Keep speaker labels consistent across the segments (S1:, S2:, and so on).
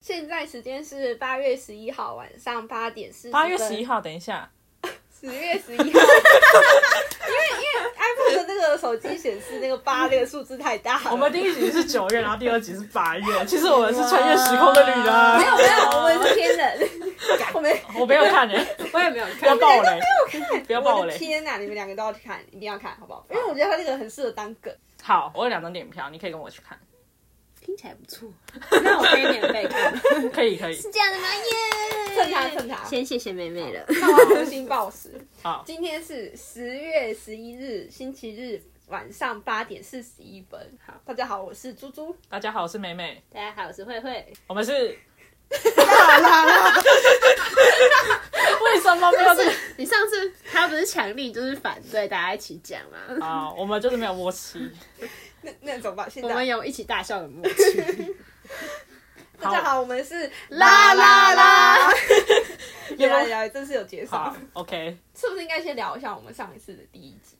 S1: 现在时间是八月十一号晚上八点四。
S2: 八月十一，号，等一下，
S1: 十月十一 号。因为因为 iPhone 的那个手机显示那个八那个数字太大了。
S2: 嗯我们第一集是九月，然后第二集是八月， 其实我们是穿越时空的旅
S1: 没有没
S2: 人。
S1: 有，我们是天人，我们
S2: 我没有看诶、
S3: 我也没有
S2: 不要
S3: 看。
S2: 爆雷，不要爆
S1: 我的
S2: 雷。
S1: 天哪！你们两个都要去看，一定要看，好不好？因为我觉得他这个很适合当梗，
S2: 好，我有两张电影票，你可以跟我去看，
S3: 听起来不错， 那我可以免费 看。
S2: 可以可以。
S3: 这样的吗？耶！
S1: 蹭他蹭他。
S3: 先谢谢妹妹了。
S1: 那我要重新报时。
S2: 好
S1: 今天是十月十一日，星期日晚上八点四十一分。
S3: 好
S1: 大家好，我是猪猪。
S2: 大家好，我是美美，
S3: 大家好，我是慧慧。
S2: 我们是。 为什么没有这 个？
S3: 你上次他不是强力就是反对大家一起讲吗？
S2: 啊，我们就是没有默契。
S1: 那那怎么办？现
S3: 我们
S1: 在
S3: 有一起大笑的默 契。
S1: 大家好，我们是
S3: 啦啦啦！
S1: 原来原来真是有介绍
S2: 好，，OK，
S1: 是不是应该先聊一下我们上一次的第一集？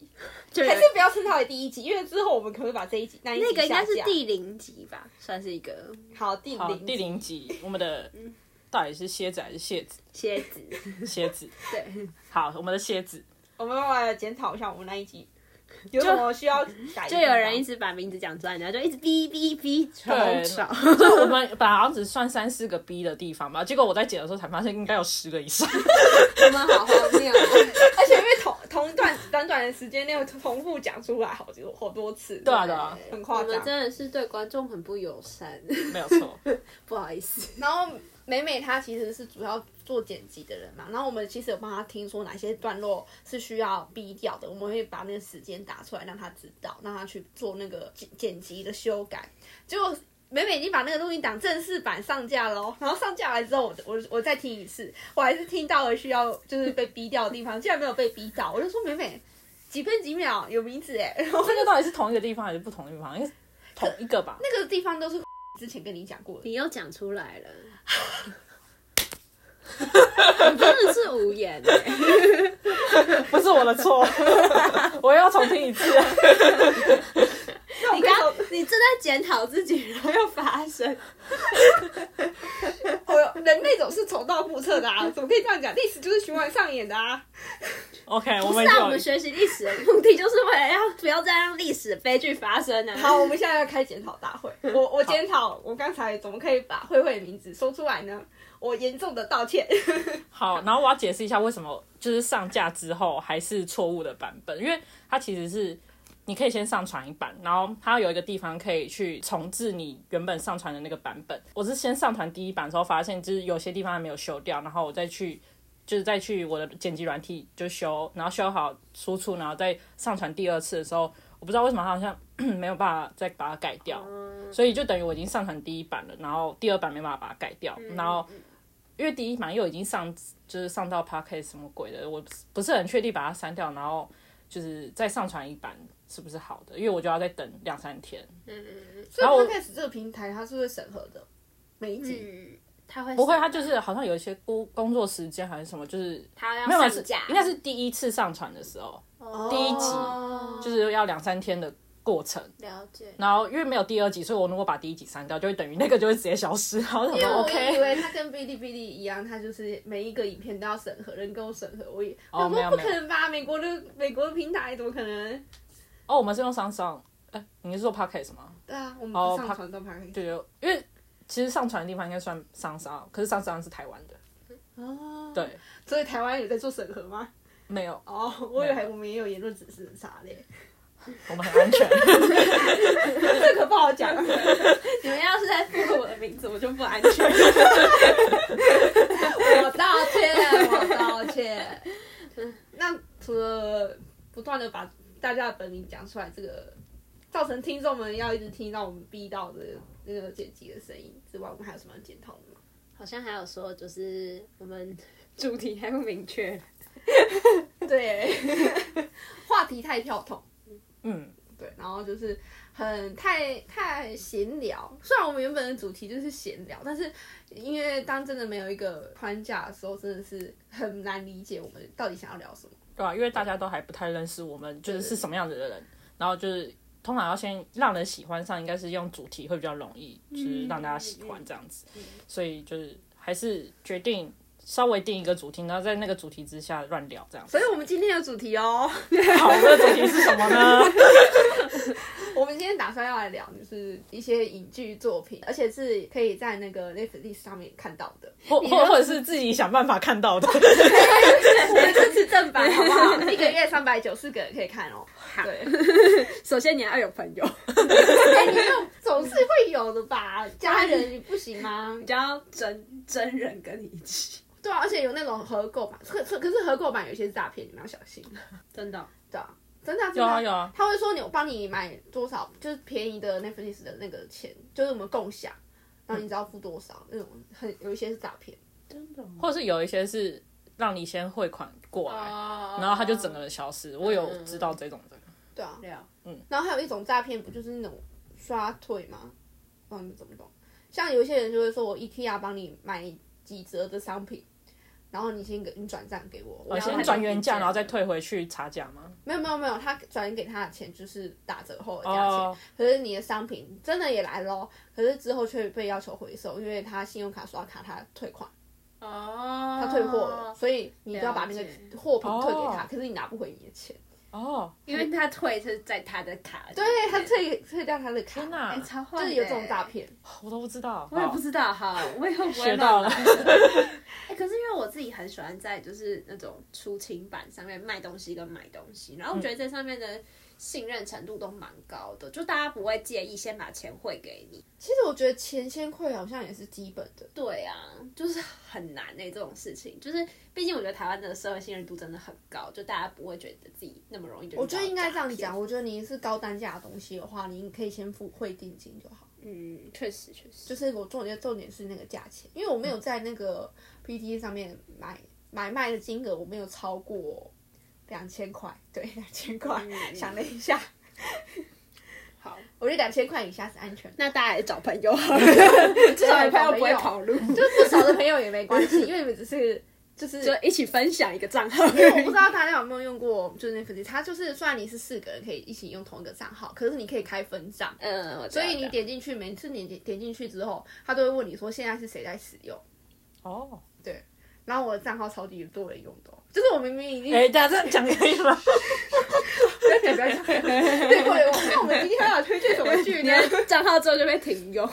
S3: 就
S1: 还是不要称它为第一集，因为之后我们可能会把这一集那一集
S3: 那个应该是
S1: 下架
S3: 第零集吧，算是一个
S1: 好第
S2: 好，
S1: 零
S2: 第零集，我们的到底是蝎子还是蟹子？
S3: 蝎子。
S2: 蝎子。
S3: 对，
S2: 好，我们的蝎子。
S1: 我们要来检讨一下我们那一集有什么需要改的地
S3: 就
S1: 方。
S3: 有人一直把名字讲出来，然后就一直哔哔哔，
S2: 对
S3: 超吵。
S2: 就我们本来好像只算三四个 B 的地方吧，结果我在剪的时候才发现应该有十个以上。
S3: 我们好荒 谬。
S1: 而且因为同同一段短短的时间内重复讲出来好多好多次，对
S2: 啊对啊
S1: 很
S3: 我
S1: 夸
S3: 们
S1: 张。
S3: 真的是对观众很不友善，
S2: 没有错，
S3: 不好意思。
S1: 然后美美她其实是主要做剪辑的人嘛，然后我们其实有帮她听说哪些段落是需要逼掉的，我们会把那个时间打出来让她知道，让她去做那个剪剪辑的修改。结果美美已经把那个录音档正式版上架了哦，然后上架来之后我，我我再听一次，我还是听到了需要就是被逼掉的地方，竟然没有被逼到，我就说美美。几分几秒有名字哎，然后
S2: 这个到底是同一个地方还是不同的地方？应该是同一个吧。
S1: 那个地方都是 之前跟你讲过的，
S3: 你又讲出来 了，你真的是无言 欸
S2: 不是我的错， 我要重听一次。
S3: 你刚你正在检讨自己，然后又发生，
S1: 我有人类总是重蹈覆辙的 啊，怎么可以这样讲？历史就是循环上演的啊。
S2: OK，我
S3: 不
S2: 们
S3: 是啊？我
S2: 就
S3: 们学习历史的目的就是为了要不要再让历史的悲剧发生啊！
S1: 好，我们现在要开检讨大 会。我我检讨，我刚才怎么可以把慧慧的名字说出来呢？我严重的道 歉。
S2: 好，然后我要解释一下为什么就是上架之后还是错误的版本，因为它其实是你可以先上传一版，然后它有一个地方可以去重置你原本上传的那个版本。我是先上传第一版之后，发现就是有些地方还没有修掉，然后我再去。就是再去我的剪辑软体就修，然后修好输出，然后再上传第二次的时候，我不知道为什么它好像 没有办法再把它改掉，所以就等于我已经上传第一版了，然后第二版没办法把它改掉，然后因为第一版又已经上就是上到 Pocket 什么鬼的，我不是很确定把它删掉，然后就是再上传一版是不是好的，因为我就要再等两三天，
S3: 嗯
S1: 所以
S2: 后我
S1: Podcast 这个平台它是会审核的，每一集。
S3: 嗯，他会
S2: 不会，它就是好像有一些工工作时间还是什么，就是
S3: 他
S2: 没有
S3: 要
S2: 没有是
S3: 上架，
S2: 应该是第一次上传的时候，第一集
S3: 哦
S2: 就是要两三天的过程，
S3: 了解。
S2: 然后因为没有第二集，所以我如果把第一集删掉，就会等于那个就会直接消失，然后我想
S1: 因为
S2: 说
S1: 我
S2: OK，
S1: 以为它跟哔哩哔哩一样，它就是每一个影片都要审核，人工审核。我也，
S2: 哦
S1: 我
S2: 没有
S1: 说不
S2: 没有
S1: 可能吧？美国的美国的平台怎么可能？
S2: 哦，我们是用上上，哎、你是说 Pocket 吗？
S1: 对啊，我们
S2: 哦
S1: 不上传到 Podcast。
S2: 对对，因为其实上传的地方应该算上上，可是上上是台湾的，
S1: 哦，
S2: 对，
S1: 所以台湾有在做审核吗？
S2: 没有，
S1: 哦，我以为我们也有言论指示啥嘞，
S2: 我们很安全。
S1: 这可不好 讲。
S3: 你们要是再复刻我的名字，我就不安全了。
S1: 我道歉，我道歉。那除了不断的把大家的本名讲出来，这个造成听众们要一直听到我们逼到的那个剪辑的声音之外，我们还有什么要检讨的吗？
S3: 好像还有说，就是我们主题还不明确，
S1: 对， 话题太跳痛。
S2: 嗯，
S1: 对，然后就是很太太闲聊。虽然我们原本的主题就是闲聊，但是因为当真的没有一个框架的时候，真的是很难理解我们到底想要聊什么。
S2: 对啊，因为大家都还不太认识我们，就是是什么样子的人，然后就是通常要先让人喜欢上，应该是用主题会比较容易，就是让大家喜欢这样子。
S1: 嗯
S2: 所以就是还是决定稍微定一个主题，然后在那个主题之下乱聊这样子。
S1: 所以我们今天的主题哦，
S2: 好，那个主题是什么呢？
S1: 我们今天打算要来聊就是一些影剧作品，而且是可以在那个 Netflix 上面看到 的。
S2: 或或或者是自己想办法看到的。
S1: 我们支持正版好不好？ 一个月三百九四个人可以看哦。对，
S3: 首先你要有朋友，
S1: 哎、你没有总是会有的吧？家人你不行 吗？
S3: 你就要真真人跟你一起，
S1: 对啊，而且有那种合购版，可可可是合购版有一些是诈骗，你们要小心。
S3: 真的。哦
S1: 对啊，真的、啊、真的
S2: 有啊有啊
S1: 他会说你我帮你买多少，就是便宜的 Netflix 的那个钱，就是我们共享，然后你只要付多少，那种很有一些是诈骗。
S3: 真的
S2: 或是有一些是让你先汇款过来，
S1: 哦
S3: 哦
S2: 然后他就整个人消失。我
S3: 嗯
S2: 有知道这种的，
S1: 对啊，
S3: 料，
S1: 然后还有一种诈骗，不就是那种刷退吗？不知道你们懂不懂？像有一些人就会说我 IKEA 帮你买几折的商品，然后你先给你转账给我，我
S2: 我
S1: 要
S2: 哦先
S1: 看
S2: 转
S1: 你
S2: 原
S1: 价
S2: 价，然后再退回去查价吗？
S1: 没有没有没有，他转给他的钱就是打折后的价钱
S2: 哦
S1: 可是你的商品真的也来喽，可是之后却被要求回收，因为他信用卡刷卡他退款，
S3: 哦，
S1: 他退货了，所以你就要把那
S3: 了
S1: 个
S3: 解
S1: 货品退给他，
S2: 哦
S1: 可是你拿不回你的钱，
S2: 哦，
S3: 因为他退是在他的卡，
S1: 对他，退退掉他的卡，
S2: 天哪
S3: 哎，超坏
S1: 就
S3: 的
S1: 是有这种诈，骗，
S2: 我都不知道，
S3: 我也不知道哈，我以后不会
S2: 学到
S3: 乱
S2: 了
S3: 买的。哎，可是因为我自己很喜欢在就是那种出清版上面卖东西跟买东西，然后
S2: 嗯
S3: 我觉得这上面的信任程度都蛮高的，就大家不会介意先把钱汇给你。
S1: 其实我觉得钱先汇好像也是基本的，
S3: 对啊，就是很难诶、这种事情就是，毕竟我觉得台湾的社会信任度真的很高，就大家不会觉得自己那么容易就遇到
S1: 我觉得应该这样
S3: 诈
S1: 讲，我觉得你是高单价的东西的话，你可以先付汇定金就好。
S3: 骗。嗯，确实确实，
S1: 就是我重点重点是那个价钱，因为我没有在那个 PT 上面买买卖的金额，我没有超过两千块，对，两千块。
S3: 嗯
S1: 想了一下，
S3: 好，
S1: 我觉得两千块以下是安全的，
S3: 那大家也找朋友好了， 至
S1: 少有
S3: 少你
S1: 朋
S3: 朋
S1: 友
S3: 友
S1: 不
S3: 不
S1: 会
S3: 会
S1: 跑
S3: 跑路，
S1: 就是不熟的朋友也没关系，因为你们只是就是。
S3: 就一起分享一个账号。
S1: 因为我不知道大家有没有用过，就是 Netflix，它就是虽然你是四个人可以一起用同一个账号，可是你可以开分账，
S3: 嗯，我知
S1: 所
S3: 道
S1: 以你点进去，每次你点点进去之后，他都会问你说现在是谁在使用。
S2: 哦。
S1: 然后我的账号超级多人用的哦、就是我明明已经
S2: 哎，大家这样讲可以 吗？
S1: 不要讲，不要讲。对，过来，我那我们今天要推荐什么剧
S3: 你
S1: 呢？
S3: 的账号之后就被停用，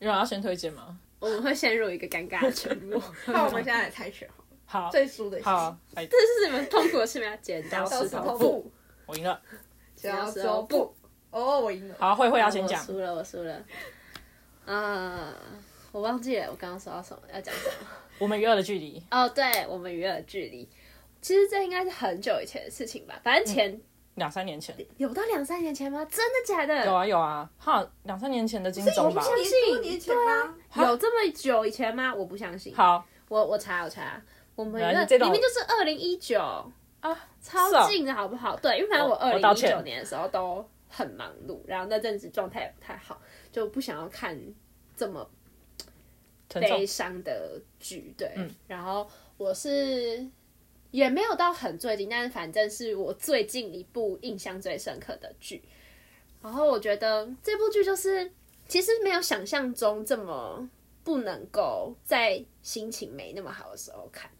S2: 有人要先推荐吗？
S3: 我们会陷入一个尴尬的沉 默。
S1: 那我们现在来猜拳好了，
S2: 好，
S1: 最输的
S2: 好，哎，
S3: 这是什么痛苦的事吗？剪刀
S1: 到
S3: 石
S1: 时
S3: 头
S1: 候
S3: 布，
S1: 不，
S2: 我赢了。
S1: 只要说不。哦，我赢了。
S2: 好，慧慧要先讲
S3: 我。输了，我输了。啊、我忘记了，我刚刚说到什么，要讲什么？
S2: 我们与恶的距离，
S3: 哦，对，我们娱乐距离。其实这应该是很久以前的事情吧，反正
S1: 嗯
S3: 前、
S2: 两三年前
S3: 有到两三年前吗？真的假
S2: 有
S3: 的？
S2: 啊有啊，哈，两三年前的金钟吧。
S1: 一年多年前吗？
S3: 有这么久以前吗？我不相信。，
S2: 好
S3: 我我查我查，我们娱
S2: 来
S3: 乐
S2: 你这段
S3: 明明就是二零一九，
S2: 啊，是
S3: 超
S2: 哦
S3: 近的好不好？对，因为反正我
S2: 我
S3: 二
S2: 我
S3: 零
S2: 道
S3: 一九
S2: 歉
S3: 年的时候都很忙碌，然后那阵子状态也不太好，就不想要看这么
S2: 沉重
S3: 悲伤的剧，对。
S2: 嗯
S3: 然后我是也没有到很最近，但是反正是我最近一部印象最深刻的剧。然后我觉得这部剧就是其实没有想象中这么不能够在心情没那么好的时候看，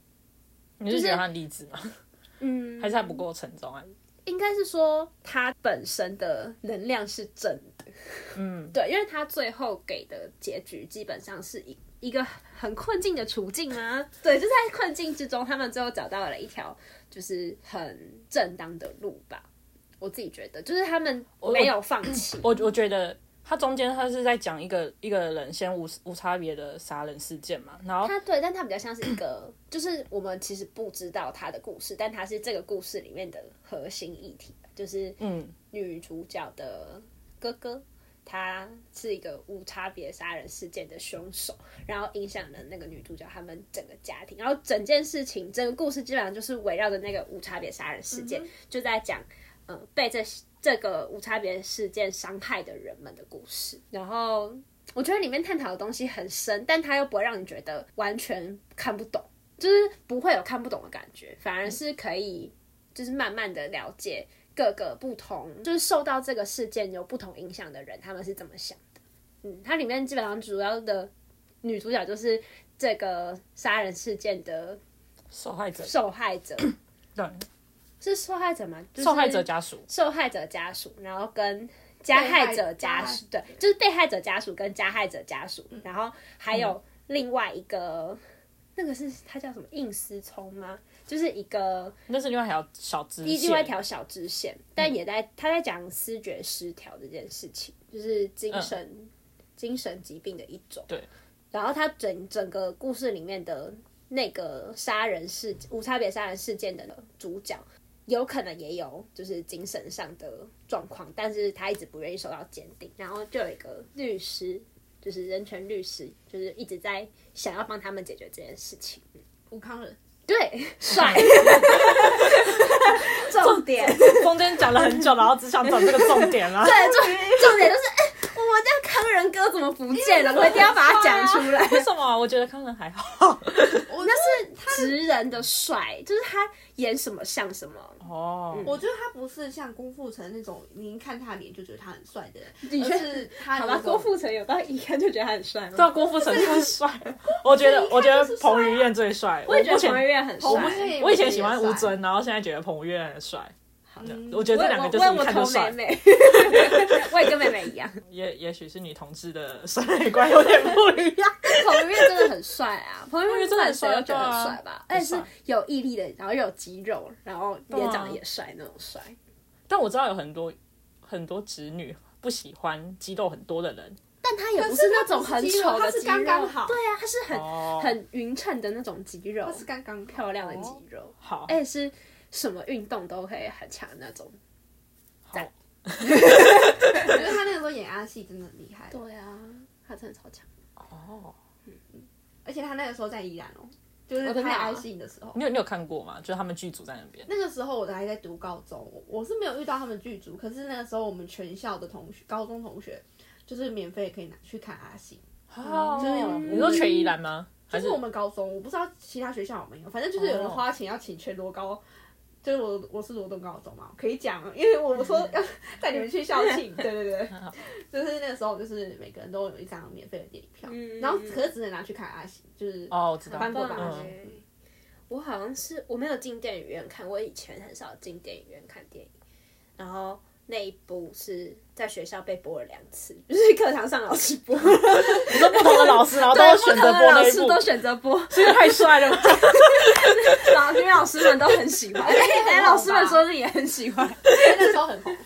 S2: 你是觉得他很励志吗？
S3: 嗯，
S2: 还是他不够沉重啊？
S3: 应该是说它本身的能量是正的，
S2: 嗯，
S3: 对，因为它最后给的结局基本上是一一个很困境的处境啊，对，就在困境之中，他们最后找到了一条就是很正当的路吧。我自己觉得，就是他们没有放弃，
S2: 我我觉得他中间他是在讲一个一个人先无无差别的杀人事件嘛，然后
S3: 他对，但他比较像是一个，就是我们其实不知道他的故事，但他是这个故事里面的核心议题，就是
S2: 嗯，
S3: 女主角的哥哥，他是一个无差别杀人事件的凶手，然后影响了那个女主角他们整个家庭，然后整件事情整个故事基本上就是围绕着那个无差别杀人事件，就在讲，呃，被这这个无差别事件伤害的人们的故事，然后。我觉得里面探讨的东西很深，但它又不会让你觉得完全看不懂，就是不会有看不懂的感觉，反而是可以就是慢慢的了解各个不同，就是受到这个事件有不同影响的人，他们是怎么想的。嗯，它里面基本上主要的女主角就是这个杀人事件的
S2: 受害者
S3: 受害者，
S2: 对
S3: 是受害者吗？就是、
S2: 受害者家属，
S3: 受害者家属，然后跟加害者家属，嗯
S1: 被
S3: 对，就是被害者家属跟加害者家属，然后还有另外一个，那个是他叫什么硬思聪吗？就是一个
S2: 那是另外一条小支线，
S3: 另外一条小支线，但也在他在讲思觉失调这件事情，就是精神、精神疾病的一种。
S2: 对，
S3: 然后他整整个故事里面的那个杀人事无差别杀人事件的主角，有可能也有就是精神上的状况，但是他一直不愿意受到鉴定，然后就有一个律师。就是人权律师，就是一直在想要帮他们解决这件事情。
S1: 吴康仁，
S3: 对，帅，重点，
S2: 中间讲了很久，然后只想转这个重点啊啦。
S3: 对，重重点就是，哎、我们家康仁哥怎么不见了？我一定要把它讲出来。
S2: 为什么？啊我觉得康仁还 好。
S1: 我那是他，
S3: 直人的帅，就是他演什么像什么，
S2: 哦，
S1: 我觉得他不是像郭富城那种，你一看他的脸就觉得他很帅的人，
S3: 确
S1: 而是他
S3: 好
S1: 有
S3: 吧？
S1: 那
S3: 郭
S1: 种
S3: 富城有到一看就觉得他很帅
S2: 对啊，
S3: 吗？
S2: 郭富城太帅了。我觉得，我觉得
S1: 就是帅啊
S2: 彭于晏最帅。
S3: 我也觉
S2: 目
S3: 得
S2: 前
S3: 彭于晏很帅。
S1: 彭于晏
S2: 我以前喜欢吴尊，然后现在觉得彭于晏很帅。
S1: 嗯
S2: 我觉得这两个就是一
S3: 我
S2: 看就
S3: 头妹
S2: 帅，
S3: 妹，我也跟妹妹一样。
S2: 也也许是女同志的审美观有点不一样。
S3: 彭于晏真的很帅啊，彭于晏不管谁都觉得很帅吧，
S2: 彭于晏真的很帅对啊
S3: 而且是有毅力的，然后又有肌肉，然后也长
S2: 对啊
S3: 得也帅那种帅。
S2: 但我知道有很多很多直女不喜欢肌肉很多的人。
S3: 但他也不
S1: 是他
S3: 那种
S1: 不是
S3: 很
S1: 肌肉
S3: 丑
S1: 他
S3: 的
S1: 是
S3: 肌
S1: 刚
S3: 肉
S1: 刚好
S3: 对啊，他是很、
S2: 哦
S3: 很匀称的那种肌肉
S1: 他，是刚刚
S3: 漂亮的肌肉，
S2: 好，
S3: 而且是什么运动都会很强的那种。
S2: 好，
S1: 我觉得他那个时候演阿戏真的很厉害，
S3: 对啊，他真的超强。
S2: 哦，
S1: 而且他那个时候在宜兰哦，就是
S3: 哦真的
S1: 拍
S3: 啊
S1: 阿信的时候。
S2: 你有你有看过吗？就是他们剧组在那边。
S1: 那个时候我还在读高中，我我是没有遇到他们剧组，可是那个时候我们全校的同学，高中同学就是免费可以拿去看阿信，
S3: 嗯
S2: 哦
S1: 真的有
S2: 你说全宜兰吗？还
S1: 就是我们高中，我不知道其他学校有没有，反正就是有人花钱要请全罗高。就是我，我是罗东高中嘛，可以讲，因为我说要带你们去校庆，对对对，就是那个时候，就是每个人都有一张免费的电影票，
S3: 嗯
S1: 然后可是只能拿去看阿信，就是
S2: 哦，我知道。
S1: 翻过吧
S2: 嗯，
S3: 对我好像是我没有进电影院看，我以前很少进电影院看电影，然后。那一部是在学校被播了两次， 就是课堂上老师 播，
S2: 你说不同的老师，然后都
S3: 对，
S2: 选
S3: 不
S2: 择
S3: 同
S2: 播
S3: 的老
S2: 那一
S3: 师
S2: 部，
S3: 都选择播，
S2: 这个太帅了吧！
S3: 老女老师们都很喜欢， 哎，男老师们说是也很喜欢，
S1: 那时候很红。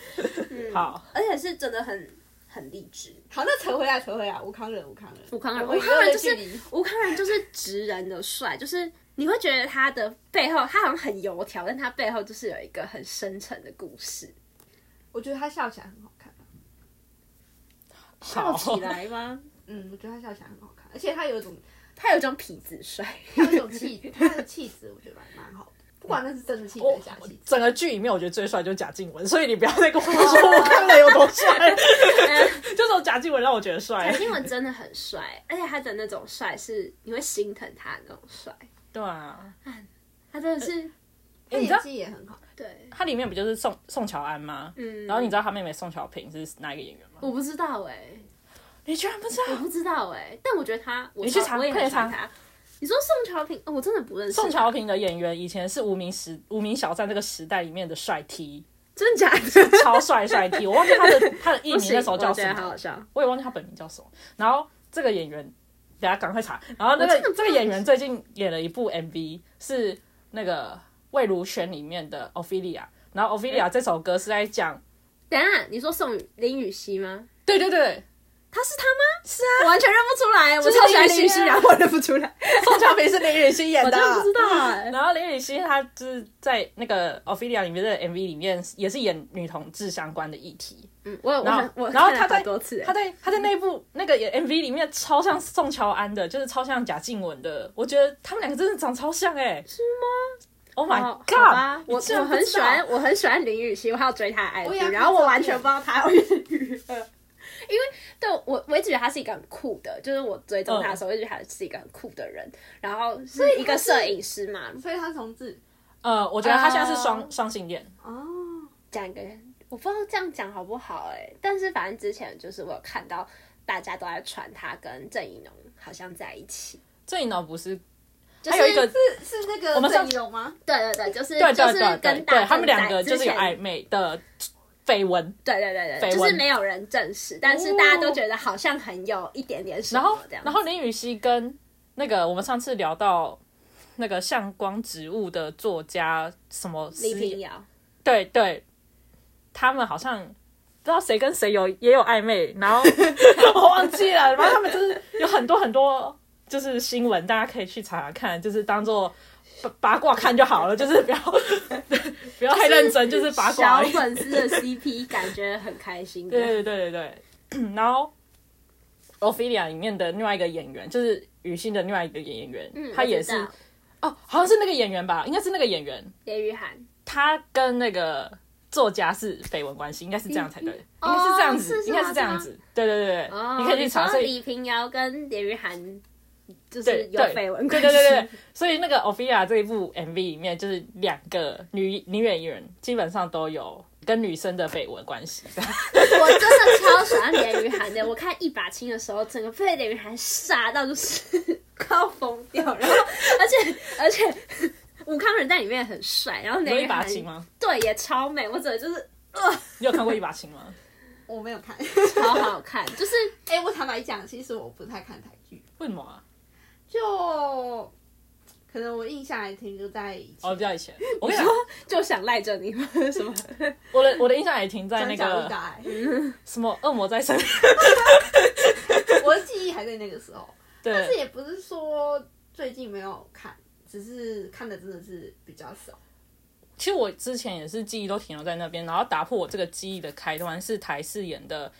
S2: 好，
S3: 而且是真的很很励志。
S1: 好，那扯回来，扯回来，吴康仁，吴康仁，
S3: 吴康仁
S1: 我们
S3: 吴康仁
S1: 娱乐
S3: 就
S1: 距
S3: 是
S1: 离
S3: 吴康仁就是直人的帅，就是你会觉得他的背后，他好像很油条，但他背后就是有一个很深沉的故事。
S1: 我觉得他笑起来很好看。
S2: 好，
S3: 来吗？
S1: 嗯，我觉得他笑起来很好看，而且他有一种
S3: 他有一种痞子 帅，
S1: 他有一种气，他的气质我觉得蛮蛮好的，不管那是真的气质还
S2: 哦我
S1: 是假气质。
S2: 整个剧里面，我觉得最帅就是贾静雯，所以你不要再跟我
S3: 哦
S2: 说我看了有多 帅，
S3: 嗯
S2: 就是贾静雯让我觉得帅
S3: 贾。静雯真的很帅，而且他的那种帅是你会心疼他的那种帅，
S2: 对啊，
S3: 他真的
S2: 呃
S3: 是
S1: 他
S2: 你知道
S1: 演技也很好，
S3: 对，
S2: 它里面不就是宋宋乔安吗？
S3: 嗯
S2: 然后你知道他妹妹宋乔平是哪一个演员吗？
S3: 我不知道哎、
S2: 你居然不知道
S3: 我？不知道哎、但我觉得他，我
S2: 你去
S3: 超
S2: 查
S3: 我也
S2: 快点
S3: 很喜欢
S2: 查
S3: 他。你说宋乔平、哦，我真的不认识
S2: 宋乔平的演员以前是无名时无名小站这个时代里面的帅 T，
S3: 真假 的？
S2: 超帅帅 T，我忘记他的他的艺名
S3: 不行，
S2: 那时候叫
S3: 我觉
S2: 什
S3: 得
S2: 么
S3: 好，好笑。
S2: 我也忘记他本名叫什么。然后这个演员，等下赶快查。然后那
S3: 我真的
S2: 个
S3: 不知
S2: 这
S3: 道
S2: 个演员最近演了一部 MV，是那个《魏如萱》里面的 Ophelia。然
S3: 哎
S2: 后 Ophelia 这首歌是在讲，
S3: 等一下，你说宋雨林雨熙吗？
S2: 对对对，
S3: 他是他吗？是啊，我完全认不出来，我超喜欢
S2: 林雨
S3: 林雨
S2: 熙
S3: 熙，
S2: 啊
S3: 然后我认不出来，
S2: 宋乔平是林允熙演
S3: 我
S2: 的啊
S3: 真。的不知道哎。
S2: 然后林允熙她就是在那个 Ophelia 里面的 MV 里面也是演女同志相关的议题。
S3: 嗯，我有我
S2: 然后
S3: 很我
S2: 然后
S3: 看了
S2: 他在
S3: 好多次哎，
S2: 他在他在那部那个 MV 里面超像宋乔安的，就是超像贾静雯的。我觉得他们两个真的长超像哎、是吗？Oh my
S3: 哦好好吧
S2: god！
S3: 我
S2: 你竟然
S3: 我
S2: 不知道
S3: 很喜欢，我很喜欢林雨熙，我还有追她的
S1: 我也要看
S3: IG，然后我完
S1: 照片
S3: 全不知道她有演娱乐，因为对我我一直觉得她是一个很酷的，就是我追踪她的时候，我一直觉得她是一个很酷的人，然后是一个摄影师嘛，
S1: 所以他同志
S3: 呃
S2: 呃，我觉得他现在是双双性恋，
S1: 哦，
S3: 讲一个，我不知道这样讲好不好哎、但是反正之前就是我有看到大家都在传他跟郑怡农好像在一起，
S2: 郑怡农不是
S3: 就
S2: 还有一个
S1: 是是那个
S2: 我们上
S1: 郑怡龙吗？
S3: 对对对，就是
S2: 对
S3: 就
S2: 对
S3: 是
S2: 对对
S3: 跟大
S2: 对，他们两个
S3: 正在
S2: 就
S3: 之
S2: 是有
S3: 前
S2: 暧昧的绯闻，
S3: 对对对对，
S2: 绯
S3: 就
S2: 闻
S3: 是没有人证实，但是大家都觉得好像很有一点点什
S2: 然后
S3: 么这样子。
S2: 然后林雨熙跟那个我们上次聊到那个向光植物的作家什么
S3: 李
S2: 思
S3: 平遥，
S2: 对对，他们好像不知道谁跟谁有也有暧昧，然 后我忘记了，然后他们就是有很多很多就是新闻，大家可以去查查看，就是当做八八卦看就好了，就是不要 不要太认真，就是八卦
S3: 小
S2: 而已。
S3: 粉丝 的 CP 感觉很开心的。
S2: 对对对对对， 然后。Ophelia 里面的另外一个演员，就是雨欣的另外一个演员，
S3: 嗯
S2: 他
S3: 我知
S2: 也是
S3: 道
S2: 哦，好像是那个演员吧，应该是那个演员，
S3: 叶雨涵，
S2: 他跟那个作家是绯闻关系，应该是这样才对，应该是这样子，
S3: 哦是
S2: 应该是这样子，对对对对，
S3: 哦，
S2: 你可以去查，
S3: 说
S2: 所以
S3: 李平遥跟叶雨涵就是
S2: 对
S3: 有
S2: 对
S3: 绯闻
S2: 对
S3: 关系，
S2: 对对对，所以那个 Ophelia 这一部 MV 里面，就是两个女女演员基本上都有跟女生的绯闻关 系，
S3: 我真的超喜欢连雨涵的，我看一把青的时候，整个被连雨涵杀到就是 快要疯掉，然后而且而且武康人在里面很帅，然后
S2: 有
S3: 连
S2: 一
S3: 雨
S2: 把
S3: 涵
S2: 琴吗？
S3: 对也超美，我整个就是
S2: 你有看过一把琴吗？
S1: 我没有 看。
S3: 超好看，就是
S1: 哎、我坦白讲，其实我不太看台剧，
S2: 为什么啊？
S1: 就可能我印象还停留在以前
S2: 哦，比较 以前，我跟你讲，
S3: 就想赖着你或 者什么，
S2: 我的我的印象也停在那
S1: 转角遇到
S2: 个
S1: 爱，
S2: 什么恶魔在身边，
S1: 我的记忆还在那个时候，但是
S2: 对，
S1: 也不是说最近没有看，只是看的真的是比较少。
S2: 其实我之前也是记忆都停留在那边，然后打破我这个记忆的开端是台视演的《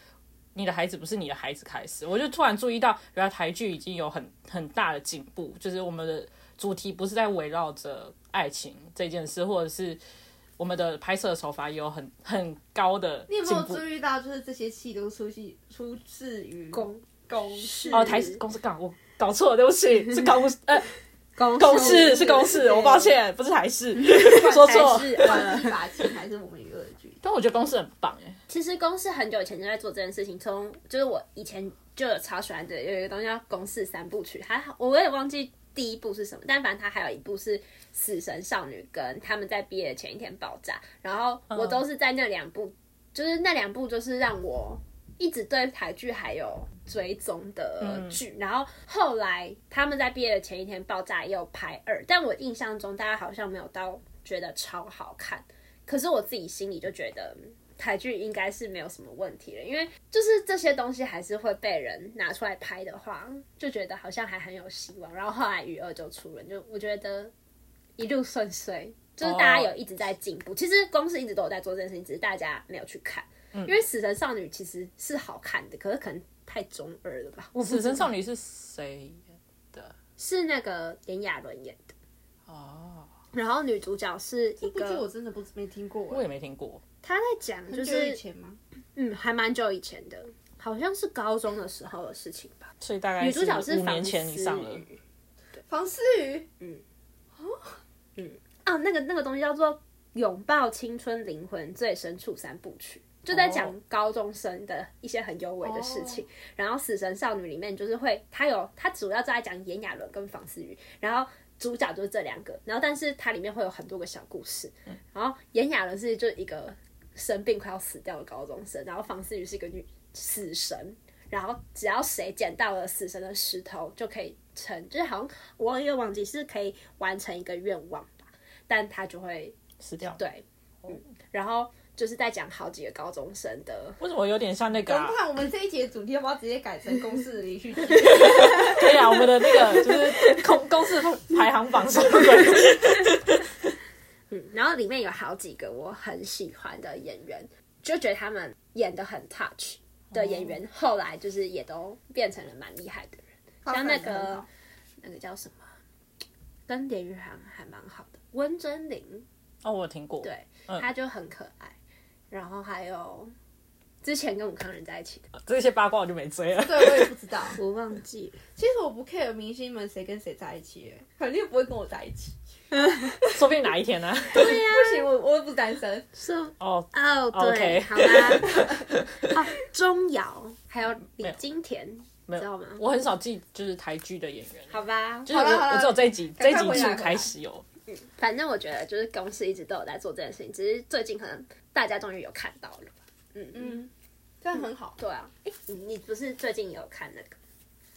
S2: 你的孩子不是你的孩子》开始，我就突然注意到，原来台剧已经有很很大的进步，就是我们的主题不是在围绕着爱情这件事，或者是我们的拍摄手法也有很很高的
S1: 你有没
S2: 进
S1: 有
S2: 步
S1: 注。意到，就是这些戏都出戏出自于
S3: 公
S1: 公式
S2: 哦，台公司港我搞错了，对不起，是公呃
S3: 公
S2: 公式是公式，我抱歉，不是台视，说错。，
S3: 是
S1: 不管是一把琴还是我们娱乐剧
S2: 但我觉得公式很棒哎，
S3: 其实公司很久以前就在做这件事情，从就是我以前就有超喜欢的，有一个东西叫《公式三部曲》，还好我也忘记第一部是什么，但反正它还有一部是《死神少女》跟他们在毕业的前一天爆炸，然后我都是在那两部，就是那两部就是让我一直对台剧还有追踪的剧，然后后来他们在毕业的前一天爆炸也有拍二，但我印象中大家好像没有到觉得超好看，可是我自己心里就觉得。嗯台剧应该是没有什么问题了，因为就是这些东西还是会被人拿出来拍的话，就觉得好像还很有希望。然后后来余二就出了，就我觉得一路顺遂，就是大家有一直在进步。其实公司一直都有在做这件事情，只是大家没有去看。因为《死神少女》其实是好看的，可是可能太中二了吧？我不知道
S2: 死神少女是谁演的？
S3: 是那个炎亚纶演的，
S2: 哦，
S3: 然后女主角是一
S1: 这剧我
S3: 个，
S1: 真的不没听过，欸
S2: 我也没听过。
S3: 她在讲就
S1: 很久以
S3: 是
S1: 前吗？
S3: 嗯，还蛮久以前的，好像是高中的时候的事情吧。
S2: 所以大概
S3: 女主角
S2: 是五
S3: 房
S2: 年前以
S3: 思
S2: 上了。
S3: 雨
S1: 房思雨，
S3: 啊，那个那个东西叫做《拥抱青春灵魂最深处三部曲》，就在讲
S2: 哦
S3: 高中生的一些很有为的事情。然后《死神少女》里面就是会，它有它主要在讲炎亚纶跟房思雨，然后。主角就是这两个，然后但是它里面会有很多个小故事，然后炎亚纶是就一个生病快要死掉的高中生，然后房思雨是一个女死神，然后只要谁捡到了死神的石头就可以成，就是好像我有点忘记是可以完成一个愿望吧，但他就会
S2: 死掉。
S3: 对，嗯，然后就是在讲好几个高中生的，
S2: 为什么有点像那个、
S1: 怎
S2: 啊
S1: 么？看我们这一节主题要不要直接改成公式离 去？
S2: 对啊，我们的那个就是公公式排行榜上的。
S3: 嗯，然后里面有好几个我很喜欢的演员，就觉得他们演的很 touch 的演员，后来就是也都变成了蛮厉害的人，像那个那个叫什么，跟连玉涵还蛮好的，温真菱，
S2: 哦，我有听过。
S3: 对，她就很可爱，然后还有之前跟武康人在一起的，
S2: 这些八卦我就没追了。
S1: 对，我也不知 道。
S3: 我忘记了。
S1: 其实我不 care 明星们谁跟谁在一起，肯定不会跟我在一起。
S2: 说不定哪一天呢、啊
S1: 对呀、不行，我我又不是单身。
S3: 是哦
S2: 哦，
S3: 哦，对
S2: OK
S3: 好吧。啊，钟瑶还有李金田，
S2: 没
S3: 知
S2: 有
S3: 道吗？
S2: 我很少记就是台剧的演员，
S3: 好吧，
S2: 就是
S1: 好了好
S2: 我
S1: 了
S2: 我只有这一集这
S1: 赶
S2: 一
S1: 快回
S2: 集
S1: 来
S2: 是开始有，
S3: 嗯反正我觉得就是公司一直都有在做这件事情，只是最近可能大家终于有看到了吧。嗯嗯，
S1: 嗯，这样很好。
S3: 对啊，哎、你你不是最近有看那个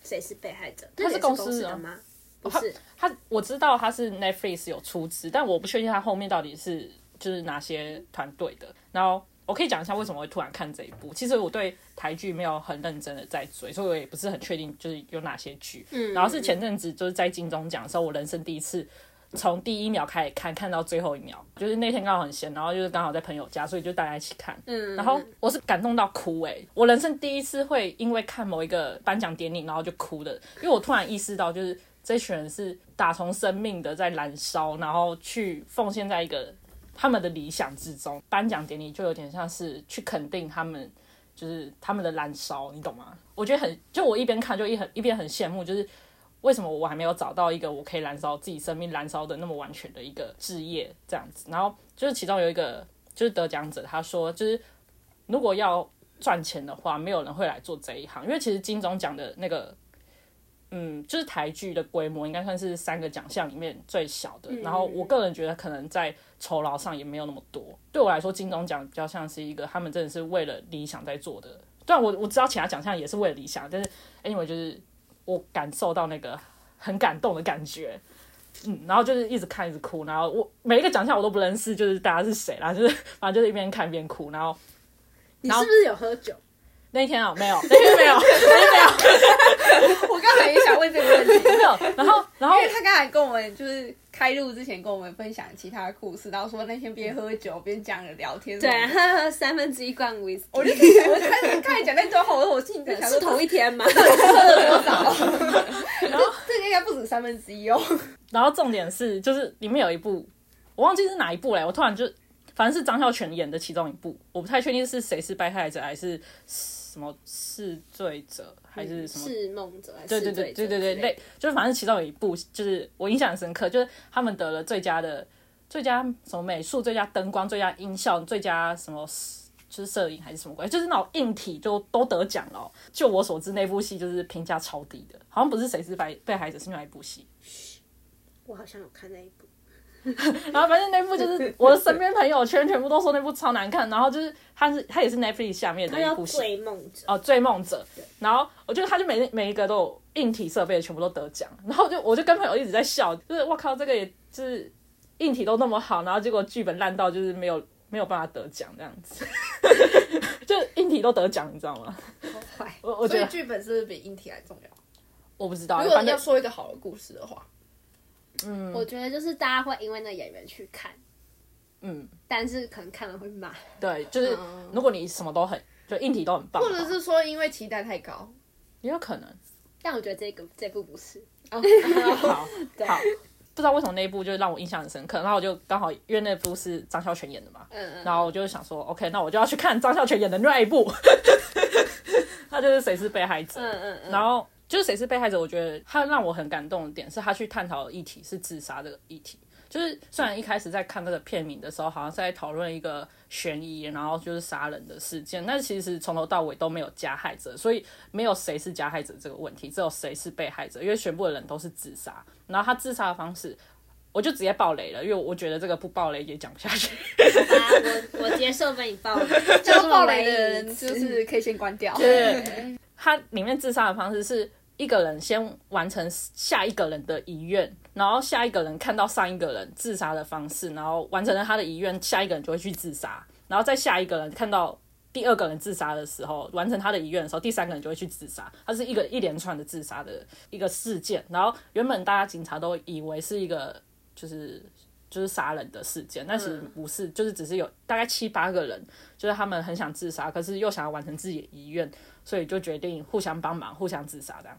S3: 谁是被害者？
S2: 他
S3: 那
S2: 是
S3: 个
S2: 公
S3: 公
S2: 司的
S3: 的吗？不是，
S2: 他我知道他是 Netflix 有出资，但我不确定他后面到底是就是哪些团队的。然后我可以讲一下为什么会突然看这一部。其实我对台剧没有很认真的在追，所以我也不是很确定就是有哪些剧。嗯，然后是前阵子就是在金钟奖的时候，我人生第一次。从第一秒开始看，看到最后一秒，就是那天刚好很闲，然后就是刚好在朋友家，所以就大家一起看。
S3: 嗯，
S2: 然后我是感动到哭诶、我人生第一次会因为看某一个颁奖典礼然后就哭的，因为我突然意识到，就是这群人是打从生命的在燃烧，然后去奉献在一个他们的理想之中。颁奖典礼就有点像是去肯定他们，就是他们的燃烧，你懂吗？我觉得很，就我一边看就一很一边很羡慕，就是。为什么我还没有找到一个我可以燃烧自己生命、燃烧的那么完全的一个置业这样子？然后就是其中有一个就是得奖者，他说就是如果要赚钱的话，没有人会来做这一行，因为其实金钟奖的那个，嗯，就是台剧的规模应该算是三个奖项里面最小的。然后我个人觉得，可能在酬劳上也没有那么多。对我来说，金钟奖比较像是一个他们真的是为了理想在做的。虽然我我知道其他奖项也是为了理想，但是 anyway 就是我感受到那个很感动的感觉。嗯，然后就是一直看一直哭，然后我每一个奖项我都不认识，就是大家是谁啦，就是反啊正就是一边看一边哭，然后
S3: 你
S2: 然后
S3: 是不是有喝酒？
S2: 那一天啊，没有， 那天没有，
S1: 我刚才也想问这个问 题，
S2: 没有。然后，然后
S1: 因为他刚才跟我们就是开录之前跟我们分享其他的故事，然后说那天边喝酒边讲了聊天什么
S3: 对
S1: 的。
S3: 啊，他喝三分之一罐 whisky，
S1: 我就在想，我开始开始讲那段话，我我心里在想
S3: 是
S1: 说，
S3: 同一天 吗？
S1: 这个应该不止三分之一哦。
S2: 然后重点是，就是里面有一部，我忘记是哪一部嘞，我突然就，反正是张孝全演的其中一部，我不太确定是谁是被害者还是什么是罪者还 是什么。
S3: 是梦者还是
S2: 对对
S3: 醉者
S2: 对对对对，
S3: 之类
S2: 类
S3: 的
S2: 就是反正其中有一部，就是我印象很深刻，就是他们得了最佳的最佳什么美术、最佳灯光、最佳音效、最佳什么就是摄影还是什么鬼，就是那种硬体就都得奖了哦、就我所知，那部戏就是评价超低的，好像不是《谁是被被害者》，是另外一部 戏。
S3: 我好像有看那一部，
S2: 然后反正那部就是我的身边朋友圈全部都说那部超难看，然后就是它是它也是 Netflix 下面
S3: 他
S2: 的一
S3: 叫
S2: 部戏，
S3: 醉梦者。
S2: 哦，《追梦者》，然后我觉得他就每每一个都有硬体设备全部都得奖，然后我就我就跟朋友一直在笑，就是我靠，这个也就是硬体都那么好，然后结果剧本烂到就是没有没有办法得奖这样子， 就是硬体都得奖，你知道吗？
S3: 坏
S2: 我我觉
S1: 所以
S2: 得
S1: 剧本是不是比硬体还重要？
S2: 我不知道，
S1: 如果
S2: 反
S1: 要
S2: 正
S1: 说一个好的故事的话，
S3: 我觉得就是大家会因为那演员去看，
S2: 嗯，
S3: 但是可能看了会骂。
S2: 对，就是
S1: 嗯
S2: 如果你什么都很就硬体都很棒的
S1: 或
S2: 话，
S1: 者是说因为期待太 高，
S2: 也有可能。
S3: 但我觉得这个这部不是，
S2: 好，好，不知道为什么那一部就让我印象很深刻，然后我就刚好因为那部是张孝全演的嘛，
S3: 嗯嗯
S2: 然后我就想说，OK，那我就要去看张孝全演的另外一部， 他就是谁是被害者，
S3: 嗯嗯嗯，
S2: 然后就是谁是被害者，我觉得他让我很感动的点是他去探讨的议题是自杀这个议题。就是虽然一开始在看这个片名的时候，好像是在讨论一个悬疑，然后就是杀人的事件，但其实从头到尾都没有加害者，所以没有谁是加害者这个问题，只有谁是被害者，因为全部的人都是自杀。然后他自杀的方式，我就直接爆雷了，因为我觉得这个不爆雷也讲不下去。
S3: 好吧，我 我接受被你爆雷，
S1: 要
S3: 就
S1: 爆雷的人就是可以先关掉。
S2: 对，他里面自杀的方式是一个人先完成下一个人的遗愿，然后下一个人看到上一个人自杀的方式，然后完成了他的遗愿，下一个人就会去自杀，然后再下一个人看到。第二个人自杀的时候，完成他的遗愿的时候，第三个人就会去自杀。它是一个一连串的自杀的一个事件。然后原本大家警察都以为是一个就是就是杀人的事件，但其实不是，就是只是有大概七八个人，就是他们很想自杀，可是又想要完成自己的遗愿，所以就决定互相帮忙，互相自杀这样，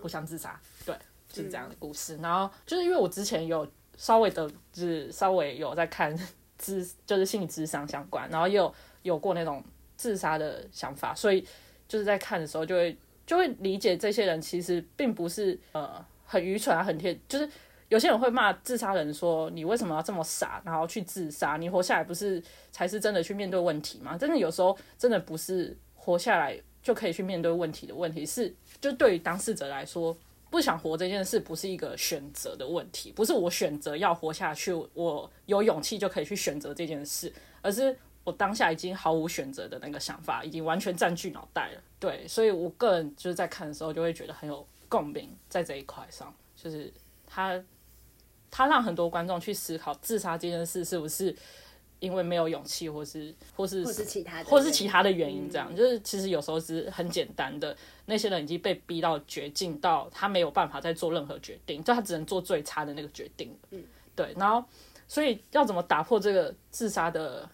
S2: 互相自杀，对，就是这样的故事。然后就是因为我之前有稍微的，就是稍微有在看智，就是心理智商相关，然后也有有过那种自杀的想法，所以就是在看的时候就会就会理解这些人其实并不是呃很愚蠢啊，很天就是有些人会骂自杀人说你为什么要这么傻，然后去自杀？你活下来不是才是真的去面对问题吗？真的有时候真的不是活下来就可以去面对问题的问题，是就对于当事者来说。不想活这件事不是一个选择的问题，不是我选择要活下去，我有勇气就可以去选择这件事，而是我当下已经毫无选择的那个想法，已经完全占据脑袋了。对，所以我个人就是在看的时候就会觉得很有共鸣，在这一块上，就是他他让很多观众去思考自杀这件事是不是因为没有勇气，或是或是
S3: 或是其他的，
S2: 或是其他的原因，这样、就是其实有时候是很简单的，那些人已经被逼到绝境，到他没有办法再做任何决定，就他只能做最差的那个决定。嗯，对，然后所以要怎么打破这个自杀的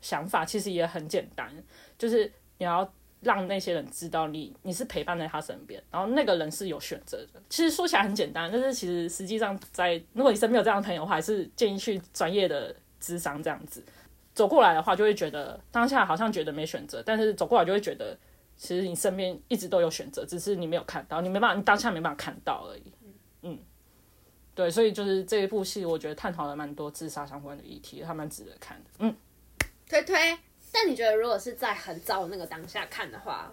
S2: 想法，其实也很简单，就是你要让那些人知道你你是陪伴在他身边，然后那个人是有选择的。其实说起来很简单，但是其实实际上在如果你身边有这样的朋友的话，还是建议去专业的智商这样子。走过来的话，就会觉得当下好像觉得没选择，但是走过来就会觉得，其实你身边一直都有选择，只是你没有看到，你没办法，你当下没办法看到而已。嗯，对，所以就是这一部戏，我觉得探讨了蛮多自杀相关的议题，还蛮值得看的。嗯，
S3: 推推。但你觉得如果是在很早的那个当下看的话，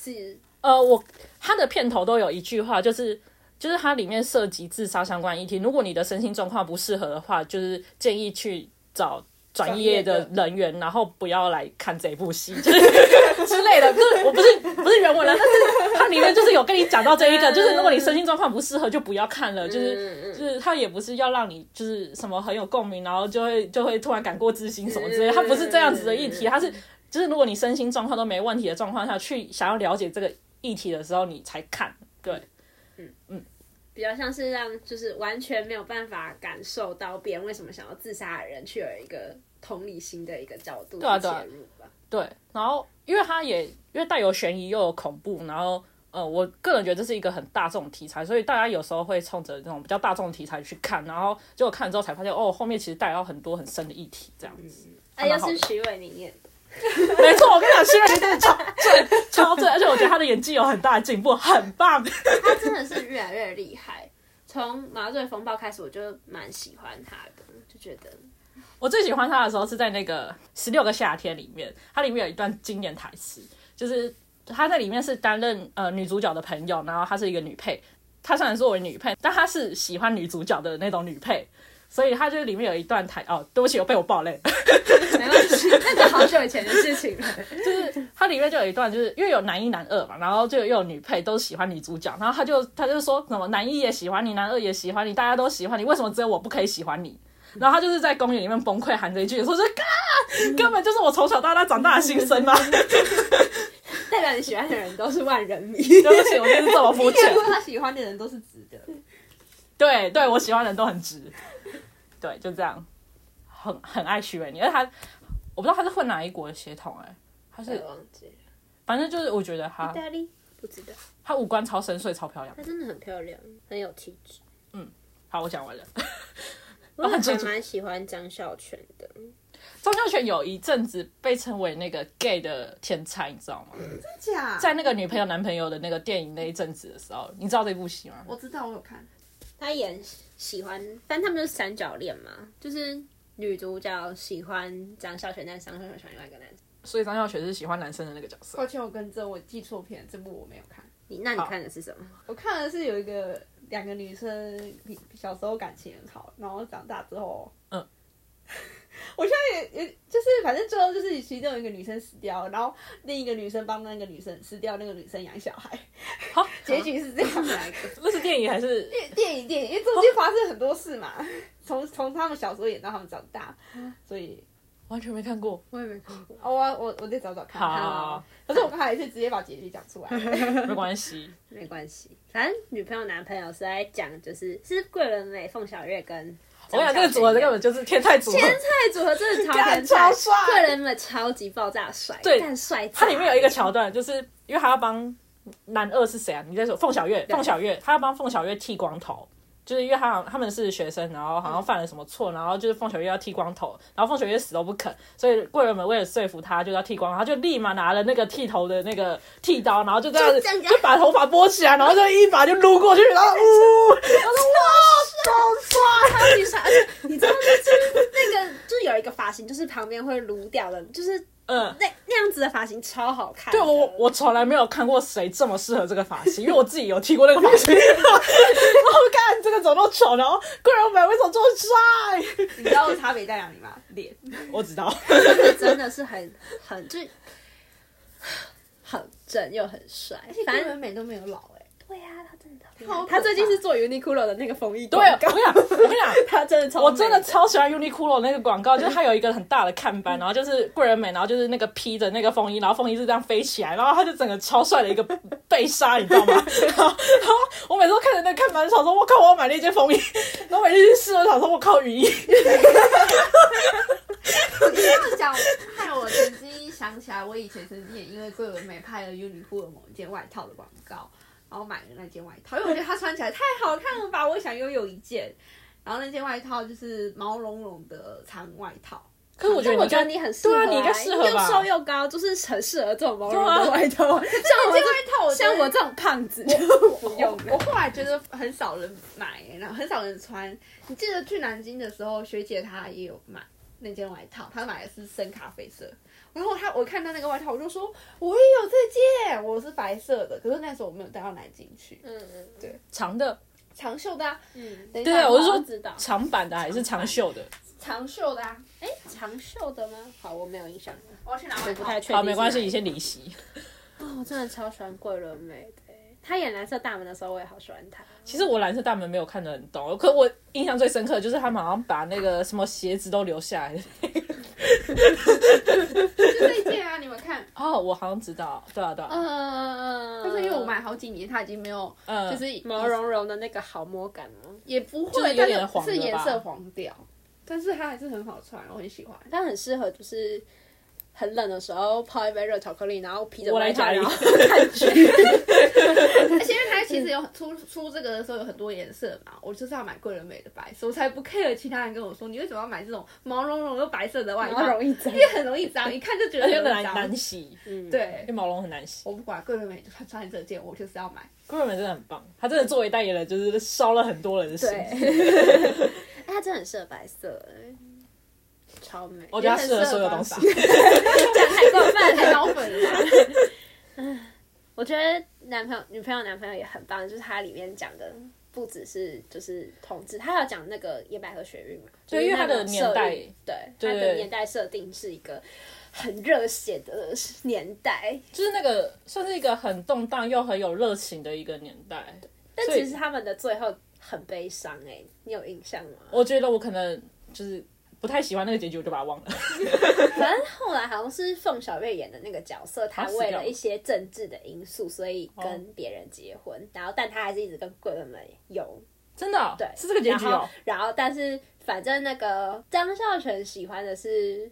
S3: 是
S2: 呃，我它的片头都有一句话，就是就是它里面涉及自杀相关议题，如果你的身心状况不适合的话，就是建议去找专业的人员，然后不要来看这部戏， 就是之类的。就是我不是不是原文啊了，但是它里面就是有跟你讲到这一个，就是如果你身心状况不适合，就不要看了。
S3: 嗯
S2: 就是就是它也不是要让你就是什么很有共鸣，然后就会就会突然感过自新什么之类的，它不是这样子的议题，它是就是如果你身心状况都没问题的状况下去想要了解这个议题的时候，你才看。对，
S3: 比较像是让就是完全没有办法感受到别人为什么想要自杀的人去有一个同理心的一个角度去
S2: 啊对啊
S3: 切入吧。
S2: 对，然后因为它也因为带有悬疑又有恐怖，然后呃，我个人觉得这是一个很大众题材，所以大家有时候会冲着这种比较大众题材去看，然后结果看了之后才发现，哦，后面其实带到很多很深的议题，这样子。
S3: 哎，
S2: 蛮
S3: 又
S2: 好的
S3: 是徐伟宁演的，
S2: 没错，我跟你讲，徐瑞真的超正，超正，而且我觉得他的演技有很大的进步，很棒。
S3: 他真的是越来越厉害。从《麻醉风暴》开始，我就蛮喜欢他的，就觉得
S2: 我最喜欢他的时候是在那个《十六个夏天》里面，它里面有一段经典台词，就是他在里面是担任呃女主角的朋友，然后她是一个女配。她虽然说我的女配，但她是喜欢女主角的那种女配，所以她就里面有一段台哦，对不起，我被我爆泪。
S3: 没关系，那个好久以前的事情了。
S2: 它里面就有一段，就是因为有男一男二嘛，然后就又有女配都喜欢女主角，然后他就他就说什么男一也喜欢你，男二也喜欢你，大家都喜欢你，为什么只有我不可以喜欢你？然后他就是在公园里面崩溃喊这一句，说是嘎，根本就是我从小到大长大的心声嘛。
S3: 代表你喜欢的人都是万人 迷，
S2: 对不起，我就是这么肤浅
S1: 因。为他喜欢的人都是直的，
S2: 对对，我喜欢的人都很直。对，就这样，很很爱徐伟宁，而且他我不知道他是混哪一国的血统哎、他
S3: 我也
S2: 是
S3: 忘记了。
S2: 反正就是我觉得他
S3: 意大利不知道，
S2: 他五官超深邃超漂亮。
S3: 她真的很漂亮，很有气质。
S2: 好，我讲完了。
S3: 我还
S2: 记住
S3: 蛮喜欢张孝全的，
S2: 张孝全有一阵子被称为那个 gay 的天才，你知道吗？
S1: 假
S2: 在那个女朋友男朋友的那个电影那一阵子的时候，你知道这部戏吗？
S1: 我知道我有看，
S3: 他演喜欢，反正他们就是三角恋嘛，就是女主角喜欢张孝全，但张孝全喜欢另外一个男生。
S2: 所以张孝全是喜欢男生的那个角色
S1: 抱。歉我更正，我记错片，这部我没有看，
S3: 你那你
S2: 好
S3: 看的是什么？
S1: 我看的是有一个两个女生比小时候感情很好，然后长大之后，
S2: 嗯。
S1: 我现在也也就是，反正最后就是其中有一个女生死掉，然后另一个女生帮那个女生死掉那个女生养小孩，
S2: 好，
S1: 结局是这 样的。
S2: 那是电影还是？
S1: 电影电影，因为中间发生很多事嘛， 从从他们小时候演到他们长大，所以
S2: 完全没看过。
S3: 我也没看过。
S1: 哦，我我我再找找看。
S2: 好，
S1: 可是我刚才也是直接把结局讲出来。
S2: 没关系。
S3: 没关系，反正女朋友男朋友是在讲，就是是桂纶镁、凤小岳跟
S2: 我
S3: 张
S2: 跟你讲，这个组
S3: 孝全
S2: 合
S3: 演
S2: 根本就是天才组合。
S3: 天菜组合真的超天
S1: 干
S3: 菜，
S1: 超帅
S3: 桂纶镁超级爆炸帅，
S2: 对
S3: 干帅炸。
S2: 它里面有一个桥段，就是因为他要帮男二是谁啊？你在说凤小岳，
S3: 对
S2: 凤小岳，他要帮凤小岳剃光头，就是因为他好像他们是学生，然后好像犯了什么错，然后就是凤小岳要剃光头，然后凤小岳死都不肯，所以贵人们为了说服他就要剃光，他就立马拿了那个剃头的那个剃刀，然后就这样子
S1: 就这样子
S2: 就把头发拨起来，然后就一把就撸过去，然后呜，
S3: 哇，超级帅！而且你知道，就是那个，就是有一个发型，就是旁边会撸掉的，就是
S2: 嗯。
S3: 那那样子的发型超好看的。
S2: 对我，我从来没有看过谁这么适合这个发型，因为 我自己有剃过那个发型。然后看这个怎么那么丑，然后贵人美为什么这么帅？
S1: 你知道差别在哪里吗？脸。
S2: 我知道，
S3: 真的是很很就是很正又很帅，反
S1: 反正
S3: 正
S1: 美都没有老 哎、
S3: 对呀、他真的很
S1: 好可怕
S3: 他最近是做 Uniqlo 的那个风 衣
S2: 对，
S3: 广
S2: 我
S3: 告，
S2: 跟你讲，我跟你讲，
S3: 他真的超
S2: 我真的
S3: 美
S2: 超喜欢 Uniqlo 那个广告，就是它有一个很大的看板，然后就是贵人美，然后就是那个披着那个风衣，然后风衣是这样飞起来，然后它就整个超帅的一个背纱，你知道吗？ 然后，然后我每次都看着那个看板，就想说，我靠，我要买那件风衣，然后每次去试了，想说，我靠，雨衣，
S1: 你这么讲，害我曾经想起来，我以前曾经也因为桂纶镁拍了优衣库的某一件外套的广告，然后买了那件外套，因为我觉得它穿起来太好看了吧，我也想拥有一件。然后那件外套就是毛茸茸的长外套，
S2: 可是我觉
S3: 但
S2: 得
S3: 我
S2: 你
S3: 觉
S2: 这样
S3: 得你很适合啊、
S2: 对啊你应该适合
S3: 又
S2: 吧
S3: 瘦又高，就是很适合这种毛茸茸
S2: 对啊
S3: 的 外套。像我
S1: 这件
S3: 这
S1: 外套我觉得
S3: 像我这种胖子就 不用
S1: 我
S3: 了。
S1: 后来觉得很少人买，然后很少人穿。你记得去南京的时候，学姐她也有买那件外套，她买的是深咖啡色。然后她我看到那个外套，我就说我也有这件，我是白色的。可是那时候我没有带到南京去，
S3: 嗯嗯
S2: 长的
S1: 长袖的、啊。
S3: 嗯，
S1: 对
S2: 对啊我是说
S3: 知道
S2: 长版的还是长袖的？
S1: 长袖的、啊。
S3: 哎，长袖的吗？好，我没有印象，
S1: 我要去拿
S3: 我
S1: 外
S3: 不
S1: 套。
S3: 太确定。
S2: 好，没关系，你。先离席。
S3: 哦，我真的超喜欢桂纶镁的欸，她演《蓝色大门》的时候，我也好喜欢她。
S2: 其实我蓝色大门没有看得很懂，可我印象最深刻的就是他们好像把那个什么鞋子都留下来了。
S1: 就这一件啊，你们看，
S2: 哦，我好像知道，对啊对啊，
S3: 嗯，
S1: 但是因为我买好几年，它已经没有，
S2: 嗯，
S1: 就是
S3: 毛茸茸的那个好摸感哦，
S1: 也不
S2: 就是
S1: 会，
S2: 有
S1: 但
S2: 点
S1: 是
S2: 黄了
S1: 是颜色
S2: 吧
S1: 黄掉，但是它还是很好穿，我很喜欢。
S3: 它很适合就是很冷的时候泡一杯热巧克力，然后披着
S2: 我
S3: 外
S2: 来
S3: 套
S2: 家里
S3: 然 后看剧。
S1: 而且因为它其实有很出出这个的时候有很多颜色嘛，我就是要买桂纶镁的白色，我才不 care 其他人跟我说你为什么要买这种毛茸茸又白色的外
S3: 然
S1: 套
S3: 后，容易脏
S1: 因。为很容易脏，一看就觉得
S2: 而且
S1: 很
S2: 很难
S1: 脏
S2: 难。洗，
S3: 嗯，
S2: 因
S1: 对
S2: 为，毛绒很难洗。
S1: 我不管桂纶镁穿穿这件，我就是要买。
S2: 哥们真的很棒，他真的作为代言人，就是烧了很多人的心。
S3: 对， 哎，它真的很适合白色，哎超美。
S2: 我觉得他适合所有东西。
S3: 讲太过分
S1: 太
S3: 了。
S1: 脑 粉了吧，
S3: 我觉得男朋友、女朋友、男朋友也很棒，就是它里面讲的不只是就是同志，他有讲那个野百合学运嘛，
S2: 对因
S3: 就是那种
S2: 为它的年代
S3: 社运对它
S2: 对
S3: 的年代设定是一个很热血的 年代，
S2: 就是那个算是一个很动荡又很有热情的一个年代。
S3: 但
S2: 所以
S3: 其实他们的最后很悲伤哎、你有印象吗？
S2: 我觉得我可能就是不太喜欢那个结局，我就把它忘了。
S3: 反正后来好像是凤小岳演的那个角色，他
S2: 死掉
S3: 为
S2: 了
S3: 了一些政治的因素，所以
S2: 哦
S3: 跟别人结婚，然后但他还是一直跟贵人们有
S2: 真的哦、
S3: 对，
S2: 是这个结局
S3: 然
S2: 哦
S3: 后。，然后但是反正那个张孝全喜欢的是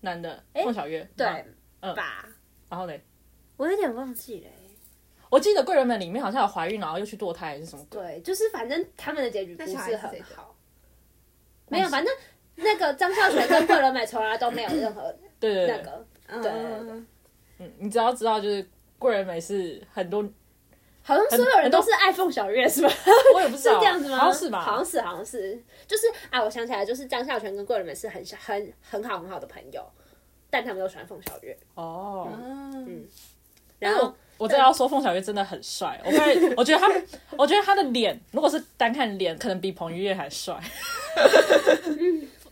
S2: 男的
S3: 诶
S2: 凤小岳，
S3: 对
S2: 吗嗯
S3: 吧？
S2: 然后嘞，
S3: 我有点忘记了欸。
S2: 我记得贵人们里面好像有怀孕，然后又去堕胎还是什么鬼？
S3: 对，就是反正他们的结局不
S1: 那小孩
S3: 是
S1: 是
S3: 很
S1: 谁的
S3: 好，没有，反正那个张孝全跟桂纶镁从来啊都没有任何
S2: 对对对，
S3: 那个，
S1: 嗯
S3: 对对对
S2: 嗯，你只要知道就是贵人美是很 多，
S3: 好像所有人都是爱凤小岳是吧？
S2: 我也不知
S3: 是
S2: 道 啊
S3: 这样子吗？
S2: 好像是吧？
S3: 好像是，好像是，就是啊，我想起来，就是张孝全跟桂纶镁是很很很好很好的朋友，但他们都喜欢凤小岳。
S2: 哦。
S1: 嗯，
S3: 然后
S2: 我真的要说，凤小岳真的很帅。我刚才我 觉得他，我觉得他的脸，如果是单看脸，可能比彭于晏还 帅。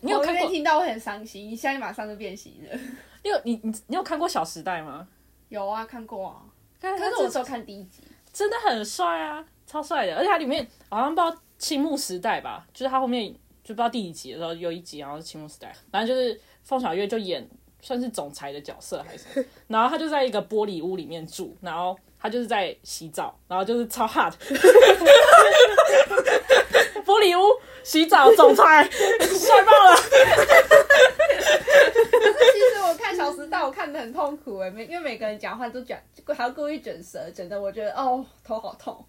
S2: 你有
S1: 我那
S2: 看
S1: 边
S2: 过？
S1: 听到会很伤心，你现在马上就变形了。
S2: 你有你你你有看过《小时代》吗？
S1: 有啊，看过啊，
S2: 可
S1: 可是我只有看第一集。
S2: 真的很帅啊，超帅的。而且它里面好像不知道青木时代吧，啊就是他后面就不知道第几集的时候有一集，然后是青木时代，反正就是凤小岳就演算是总裁的角色还是什么，然后他就在一个玻璃屋里面住，然后他就是在洗澡，然后就是超 hot，玻璃屋洗澡总裁帅爆了。
S1: 其实我看《小时代》，我看的很痛欸苦哎、每因为每个人讲话都讲，还要故意卷舌，卷的我觉得哦头好痛。
S2: 我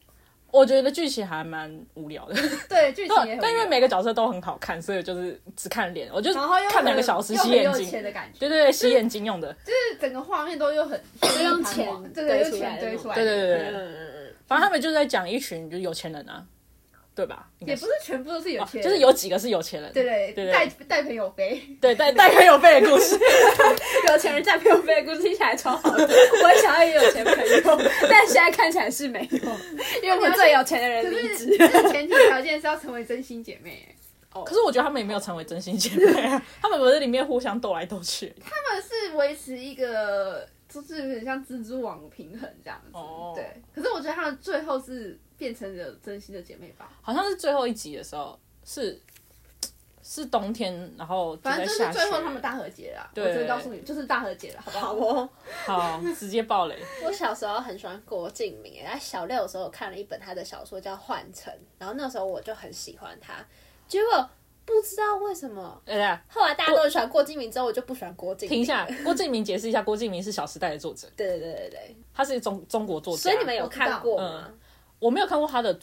S2: 我觉得剧情还蛮无聊的，
S1: 对剧情 也很无聊，
S2: 但因为每个角色都很好看，所以就是只看脸，我就
S1: 然后又
S2: 看
S1: 很
S2: 两个小时
S1: 又
S2: 洗
S1: 很
S2: 眼
S1: 有钱
S2: 睛。
S1: 的感觉，
S2: 对对对，洗眼睛用的。
S1: 就是整个画面都又很就
S3: 用钱
S1: 对对，
S3: 堆
S1: 用
S3: 出来
S1: 钱
S3: 的
S1: 堆
S3: 那
S1: 出
S3: 种
S1: 来
S2: 对
S1: 的，
S2: 对对对，对
S3: 嗯，
S2: 反正他们就在讲一群就是有钱人啊，对吧？应该
S1: 也不是全部都是有钱人，
S2: 哦就是有几个是有钱人，
S1: 对对
S2: 对对
S1: 带带朋友飞，
S2: 对带带朋友费的故 事。
S3: 有钱人在朋友飞的故事听起来超好的，我也想要也有钱朋友，但现在看起来是没有，因为我们最有钱的
S1: 可
S3: 人离
S1: 是
S3: 职。
S1: 这个前提条件是要成为真心姐妹，哎
S2: 可是我觉得他们也没有成为真心姐妹 啊，他们不是里面互相斗来斗去。
S1: 他们是维持一个就是有点像蜘蛛网平衡这样子
S2: 哦，
S1: 对。可是我觉得他们最后是变成了真心的姐妹吧，
S2: 好像是最后一集的时候，是是冬天，然后就
S1: 反正
S2: 在
S1: 就是
S2: 下雪。
S1: 最后他们大和解了啦，我
S2: 对
S1: 只能告诉你就是大和解了，好不好？
S3: 哦，
S2: 好直接 爆雷。
S3: 我小时候很喜欢郭敬明，哎，小六的时候我看了一本他的小说叫《幻城》，然后那时候我就很喜欢他，结果不知道为什么，
S2: 哎呀，
S3: 后来大家都很喜欢郭敬明，之后我就不喜欢郭敬明。
S2: 停一下，郭敬明解释一下，郭敬明是《小时代》的作 者，
S3: 对对对对对，
S2: 他是中中国作家。
S3: 所以你们有看过
S2: 我知道
S3: 吗？
S2: 我没有看过他的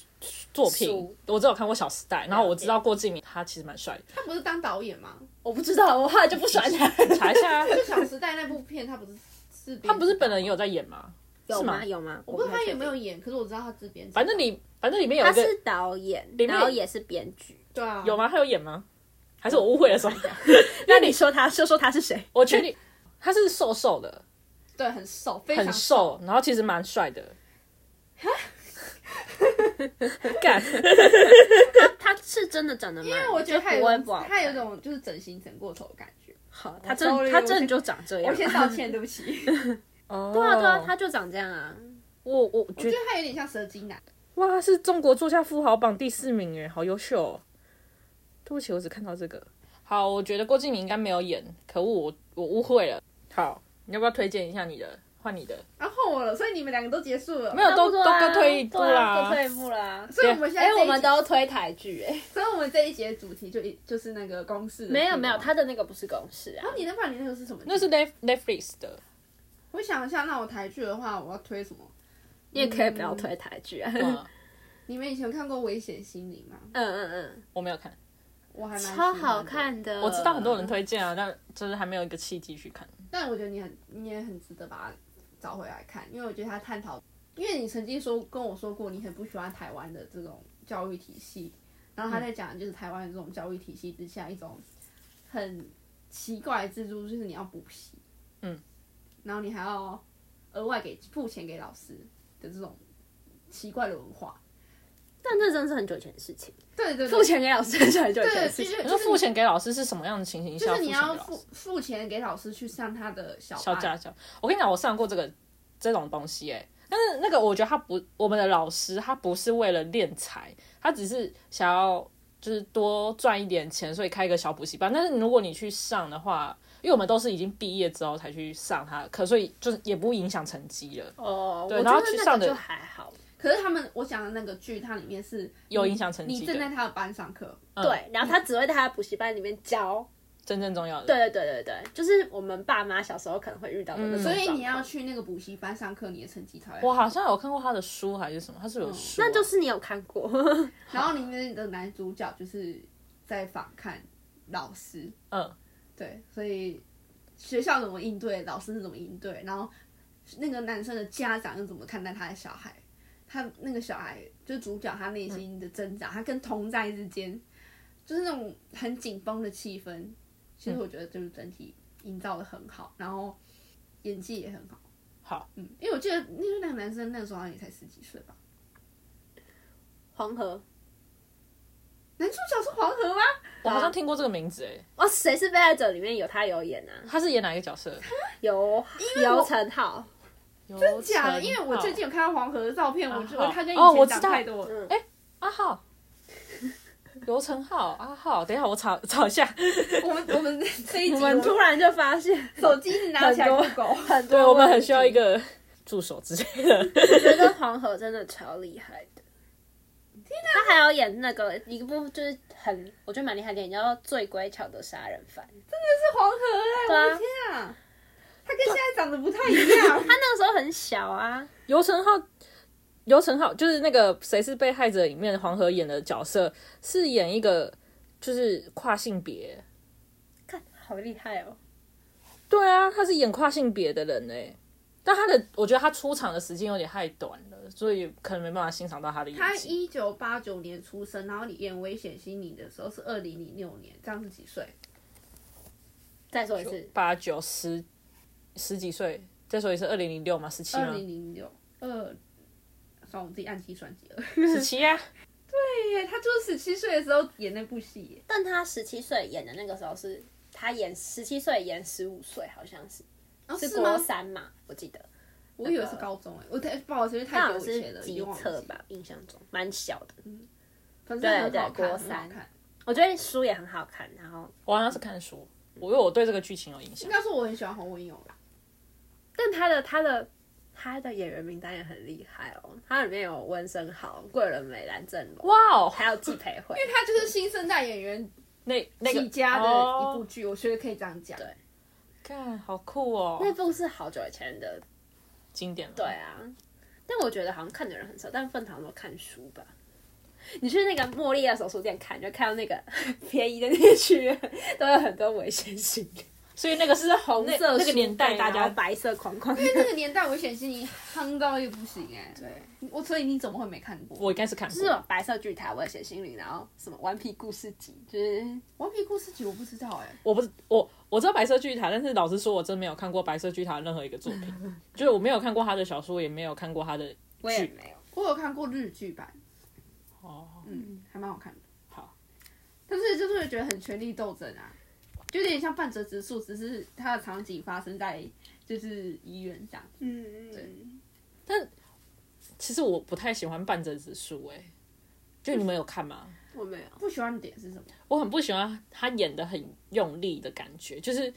S2: 作品
S3: 书，
S2: 我只有看过《小时代》，然后我知道郭敬明他其实蛮帅的，
S1: 他不是当导演吗？
S3: 我不知道，我后来就不喜欢他。
S2: 查一下啊，
S1: 就《小时代》那部片，他不是自编，
S2: 他不是本人也有在演吗？是吗？
S3: 有吗？我
S1: 我不知道他有没有演，可是我知道他自编。
S2: 反正你反正里面有一个
S3: 导演，
S2: 面然后也
S3: 是编剧。
S1: 对啊，
S2: 有？吗？他有演吗？还是我误会了什么？
S3: 那你说他，就说他是谁？
S2: 我确定他是瘦瘦的，
S1: 对，很瘦，非
S2: 很
S1: 常。
S2: 瘦，然后其实蛮帅的。干，
S3: 他是真的长得蛮，因
S1: 因为我觉得他
S3: 不
S1: 有
S3: 温不好看
S1: 他有一种就是整形整过头的感觉。
S3: 好，他
S1: 我
S3: 真
S1: sorry，
S3: 他
S1: 我
S3: 真的
S1: 先
S3: 就长这样
S1: 我。先道歉，对不起。我
S2: 对
S3: 对啊对啊，他就长这样啊。
S2: 哦我我觉
S1: 觉
S2: 得
S1: 得他有点像蛇精男，
S2: 哇，他是中国作家富豪榜第四名哎，好优秀、哦。对不起，我只看到这个。好，我觉得郭敬明应该没有演，可恶，我我误会了。啊好，你要不要推荐一下你的？换你的，
S1: 然后我了，所以你们两个都结束了。
S2: 没有都
S3: 差不
S2: 都
S3: 多啊
S2: 各退一步
S3: 对啊
S2: 啦
S3: 各。退一步啦。
S1: 所以我们现在
S3: 哎，
S1: 这一
S3: 我们
S1: 集，
S3: 都推台剧 哎，
S1: 所以我们这一节主题就一就是那个公式。
S3: 没有没有，他的那个不是公式啊
S1: 然。后你那把你那个是什么？
S2: 那是 Net Netflix 的，
S1: 我想一下，那我台剧的话，我要推什么？
S3: 你也可以不要推台剧啊。嗯
S2: 哇
S1: 你们以前有看过《危险心灵》吗？
S3: 嗯嗯
S2: 我没有看，
S1: 我还蛮喜
S3: 嗯，
S1: 欢
S3: 超
S1: 的
S3: 好，看的。
S2: 我知道很多人，推荐啊，但就是还没有一个契机去看。
S1: 但我觉得你很你也很值得把它找回来看，因为我觉得他探讨，因为你曾经说跟我说过你很不喜欢台湾的这种教育体系，然后他在讲的就是台湾的这种教育体系之下一种很奇怪的制度，就是你要补习，
S2: 嗯，
S1: 然后你还要额外给付钱给老师的这种奇怪的文化，
S3: 但这真的是很久以前的事情。
S1: 对对
S3: 付
S1: 对，
S3: 钱给老师很久很久以前
S1: 对，
S3: 的
S1: 就
S3: 事
S1: 是
S3: 情。
S1: 哎
S2: 你
S1: 就
S2: 说
S1: 是
S2: 付钱给老师是什么样的情形
S1: 就
S2: 下
S1: 是
S2: 付
S1: 你
S2: 钱给
S1: 要
S2: 老
S1: 付哎
S2: 师？
S1: 付钱给老师去上他的小
S2: 小
S1: 班
S2: 家教，我跟你讲，我上过这个这种东西哎、但是那个我觉得他不，我们的老师他不是为了敛财，他只是想要就是多赚一点钱，所以开一个小补习班。但是如果你去上的话，因为我们都是已经毕业之后才去上他的课，所以就是也不影响成绩了，
S3: 哦，
S2: 对
S3: 我
S2: 然后
S3: 觉得
S2: 去
S3: 那
S2: 上
S3: 个
S2: 的
S3: 就还好。
S1: 可是他们，我讲的那个剧，它里面是
S2: 有影响成
S1: 你
S2: 绩
S1: 正在
S2: 的，嗯
S1: 他的班上课，
S3: 对，然后他只会在他的补习班里面教。
S1: 嗯
S2: 真正重要的。
S3: 对对对对对，就是我们爸妈小时候可能会遇到的那种
S2: 嗯
S1: 所
S3: 状况。
S1: 以你要去那个补习班上课，你的成绩才会
S2: 我
S1: 好。
S2: 好像有看过他的书还是什么，他
S1: 哦
S2: 是有书啊、
S3: 那就是你有看过，
S1: 然后里面的男主角就是在反看老师，
S2: 嗯，
S1: 对，所以学校怎么应对，老师是怎么应对，然后那个男生的家长又怎么看待他的小孩，他那个小孩就是主角他内心的挣扎，他跟同在之间就是那种很紧绷的气氛，其
S2: 嗯
S1: 实我觉得就是整体营造的很好，然后演技也很好。
S2: 好，
S1: 嗯，因为我记得那个那个男生那个时候好像也才十几岁吧。
S3: 黄河。
S1: 男主角是黄河吗？
S2: 我好像听过这个名字哎、
S3: 哇，哦谁是被爱者里面有他有演啊？
S2: 他是演哪一个角色？
S3: 有
S1: 我
S3: 姚晨浩，
S2: 真
S1: 假啊的，因为我最近有看到黄河的照片，我觉
S2: 啊
S1: 得
S2: 好
S1: 他跟
S2: 哦
S1: 以
S2: 我
S1: 前
S2: 知
S1: 长
S2: 道
S1: 太多了。
S3: 嗯，
S2: 阿 浩，刘成浩，阿浩，等一下我查查一下，
S1: 我们我 们这一集
S3: 嗯我们突然就发现
S1: 手机一直拿起来
S3: 很
S1: Google，
S3: 很多，
S2: 对我们很需要一。个助手之类 的。
S3: 我觉得黄河真的超厉害的，他还有演那个一部就是很我觉得蛮厉害的，叫《最乖巧的杀人犯》。
S1: 是黄河
S3: 对
S1: 哎、
S3: 啊
S1: 我的天啊！他跟现在长得不太一样，
S3: 他那个时候很小啊，
S2: 刘成浩，刘承浩就是那个《谁是被害者》里面黄河演的角色，是演一个就是跨性别。
S3: 看好厉害哦！
S2: 对啊，他是演跨性别的人哎、但他的我觉得他出场的时间有点太短了，所以可能没办法欣赏到他的演
S1: 他
S2: 技。
S1: 一九八九年出生，然后你演《危险心理》的时候是二零零六年，这样是几岁？
S3: 再说一次，
S2: 八九十十几岁，再说一次，二零零六嘛，十七
S3: 嗯
S1: 二
S2: 吗？
S1: 零零六二，算我自己按计算机了。
S2: 十七啊呀，
S1: 对耶，他就是十七岁的时候演那部戏耶。
S3: 但他十七岁演的那个时候是，他演十七岁演十五岁，好像是
S1: 哦
S3: 是国？三嘛，我记得。
S1: 我以为是高中哎，我太不好意思，因为
S3: 他
S1: 太
S3: 好
S1: 久
S3: 像
S1: 以前
S3: 是
S1: 了，已
S3: 机
S1: 经忘记
S3: 测吧，印象中蛮小的。
S1: 反正很
S3: 对
S1: 好
S3: 对
S1: 看，
S3: 国
S1: 很好
S3: 三
S1: 看。
S3: 我觉得书也很好看，然后
S2: 我好像是看书，我因为我对这个剧情有印
S1: 应。
S2: 象
S1: 该说我很喜欢洪文勇啦，
S3: 但他的他的他的演员名单也很厉害哦，他里面有温升豪、桂纶镁、蓝正龙，
S2: 哇哦，
S3: 还有季培慧。
S1: 因为他就是新生代演员
S2: 那那个
S1: 起家的一部
S2: 哦，
S1: 剧，我觉得可以这样讲。
S3: 对
S2: 看、好酷哦，
S3: 那部是好久以前的，
S2: 经典了
S3: 对啊。但我觉得好像看的人很少，但分堂都看书吧。你去那个茉莉的手书店看，你就看到那个 便宜的那些区 都有很多危险性，
S2: 所以那个是红
S3: 红色
S2: 那个
S3: 书
S2: 年代
S3: 背
S2: 大
S3: 然
S2: 家
S3: 后白色框框。
S1: 因为那个年代危险心理夯到也不行哎、
S3: 对，
S1: 我所以你怎么会没看过？
S2: 我应该是看
S3: 就是哦有
S2: 过，
S3: 白色巨塔、危险心灵，然后什么顽皮故事集，就是
S1: 顽皮故事集我不知道哎、
S2: 我不是我我知道白色巨塔，但是老实说，我真没有看过白色巨塔的任何一个作品，就是我没有看过他的小说，也没有看过他的
S3: 我也没有。
S1: 我有看过日剧版，
S2: 哦，
S1: 嗯，还蛮好看的。
S2: 好，
S1: 但是就是会觉得很权力斗争啊，就有点像半泽直树，只是它的场景发生在就是医院这样。
S3: 嗯，
S1: 对
S2: 其实我不太喜欢半泽直树，哎，就你们有看吗？
S3: 我没有。
S1: 不喜欢的点是什么？
S2: 我很不喜欢他演的很用力的感觉，就是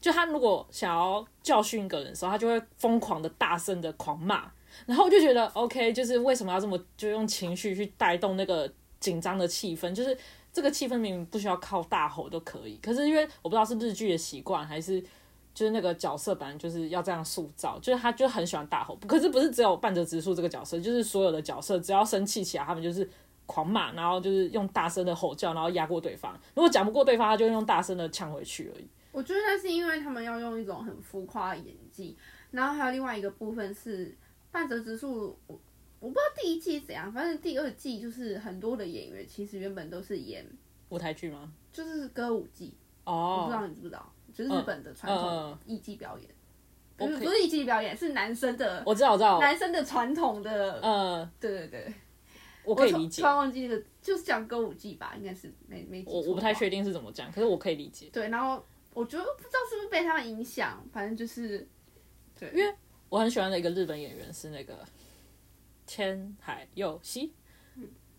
S2: 就他如果想要教训一个人的时候，他就会疯狂的大声的狂骂，然后我就觉得 OK，就是为什么要这么就用情绪去带动那个紧张的气氛，就是。这个气氛明明不需要靠大吼都可以，可是因为我不知道是日剧的习惯，还是就是那个角色本来就是要这样塑造，就是他就很喜欢大吼。可是不是只有半泽直树这个角色，就是所有的角色只要生气起来，他们就是狂骂，然后就是用大声的吼叫，然后压过对方。如果讲不过对方，他就用大声的呛回去而已。
S1: 我觉得那是因为他们要用一种很浮夸的演技，然后还有另外一个部分是半泽直树，我我不知道第一季怎样，反正第二季就是很多的演员其实原本都是演
S2: 舞台剧吗？
S1: 就是歌舞伎，我不知道
S2: 哦，
S1: 你知不知道，就是日本的传
S2: 嗯
S1: 统
S2: 嗯
S1: 艺伎表演，
S2: 我
S1: 不是
S2: 可以
S1: 不是艺伎表演，是男生的
S2: 我知道，我知道，
S1: 男生的传统的，
S2: 呃，
S1: 对对对，
S2: 我
S1: 我
S2: 可以
S1: 突
S2: 理解
S1: 突。然忘记那个就是讲歌舞伎吧，应该是没没记
S2: 我
S1: 错
S2: 我不太
S1: 吧
S2: 确定是怎么讲，可是我可以理解。
S1: 对，然后我觉得不知道是不是被他们影响，反正就是对，因
S2: 为我很喜欢的一个日本演员是那个千海佑希，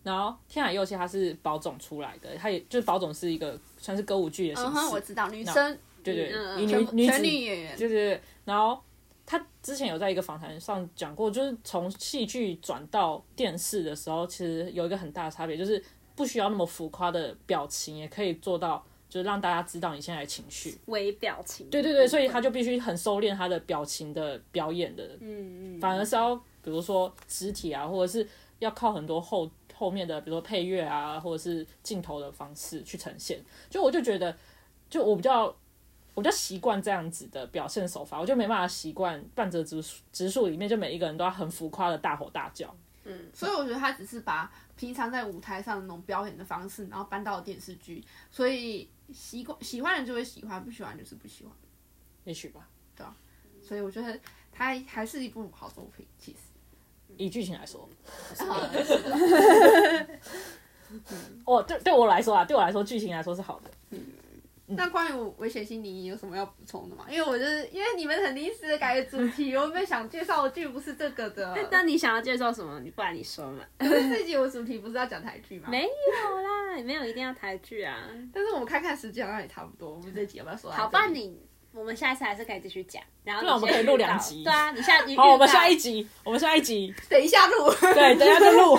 S2: 然后千海佑希他是宝冢出来的，他也就是宝冢是一个算是歌舞剧的形
S1: 嗯
S2: 式，
S1: 哼，我知道女
S2: 那
S1: 生
S2: 对对
S3: 嗯，嗯
S2: 以女
S3: 嗯
S1: 全
S2: 女
S1: 全
S2: 子
S1: 女演员，
S2: 对对对，然后他之前有在一个访谈上讲过，就是从戏剧转到电视的时候，其实有一个很大的差别，就是不需要那么浮夸的表情，也可以做到就是让大家知道你现在的情绪。
S3: 微表情。
S2: 对对对，所以他就必须很收敛他的表情的表演的，
S3: 嗯嗯，
S2: 反而是要比如说肢体啊，或者是要靠很多后后面的，比如说配乐啊，或者是镜头的方式去呈现。就我就觉得，就我比较我比较习惯这样子的表现手法，我就没办法习惯半泽直树直树里面就每一个人都要很浮夸的大吼大叫。
S1: 所以我觉得他只是把平常在舞台上的那种表演的方式，然后搬到电视剧，所以习惯喜欢人就会喜欢，不喜欢就是不喜欢。
S2: 也许吧，
S1: 所以我觉得它还是一部好作品，其 实。
S2: 以剧情来说，
S1: 嗯
S2: 哦，对对我来说啊，对我来说剧情来说是好的。
S1: 那关于危险心理，你有什么要补充的吗？因为我就是因为你们很临时的改主题，我们想介绍的剧不哎是这个 的。
S3: 那你想要介绍什么？你不然你说嘛。
S1: 这集我主题不是要讲台剧吗？
S3: 没有啦，没有一定要台剧啊。
S1: 但是我们看看时间好像也差不多，我们这集要不要说？
S3: 好吧，。你我们下一次还是可以继续讲。然后
S2: 不然我们可以录两集
S3: 对啊，你下你
S2: 好，我们下一
S3: 集。
S2: 集，我们下一集，
S1: 等一下录。
S2: 对，等一下再录。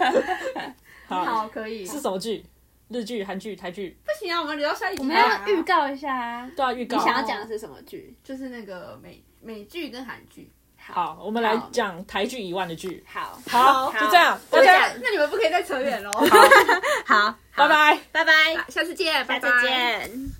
S1: 好，可以。
S2: 是什么剧？日剧、韩剧、台剧？
S1: 不行啊，我们留到下一集。
S3: 我们要预告一下啊。
S2: 对啊，预告。
S3: 你想要讲的是什么剧？
S1: 就是那个美美剧跟韩剧。
S2: 好，我们来
S1: 好
S2: 讲台剧以外的剧。
S3: 好，
S2: 好，就这样，大
S1: 那
S2: 家
S1: 那你们不可以再扯远喽，哦
S3: 好，
S2: 拜拜。
S3: 拜拜，
S1: 下次见，
S3: 下
S1: 拜
S3: 次
S1: 拜。
S3: 见。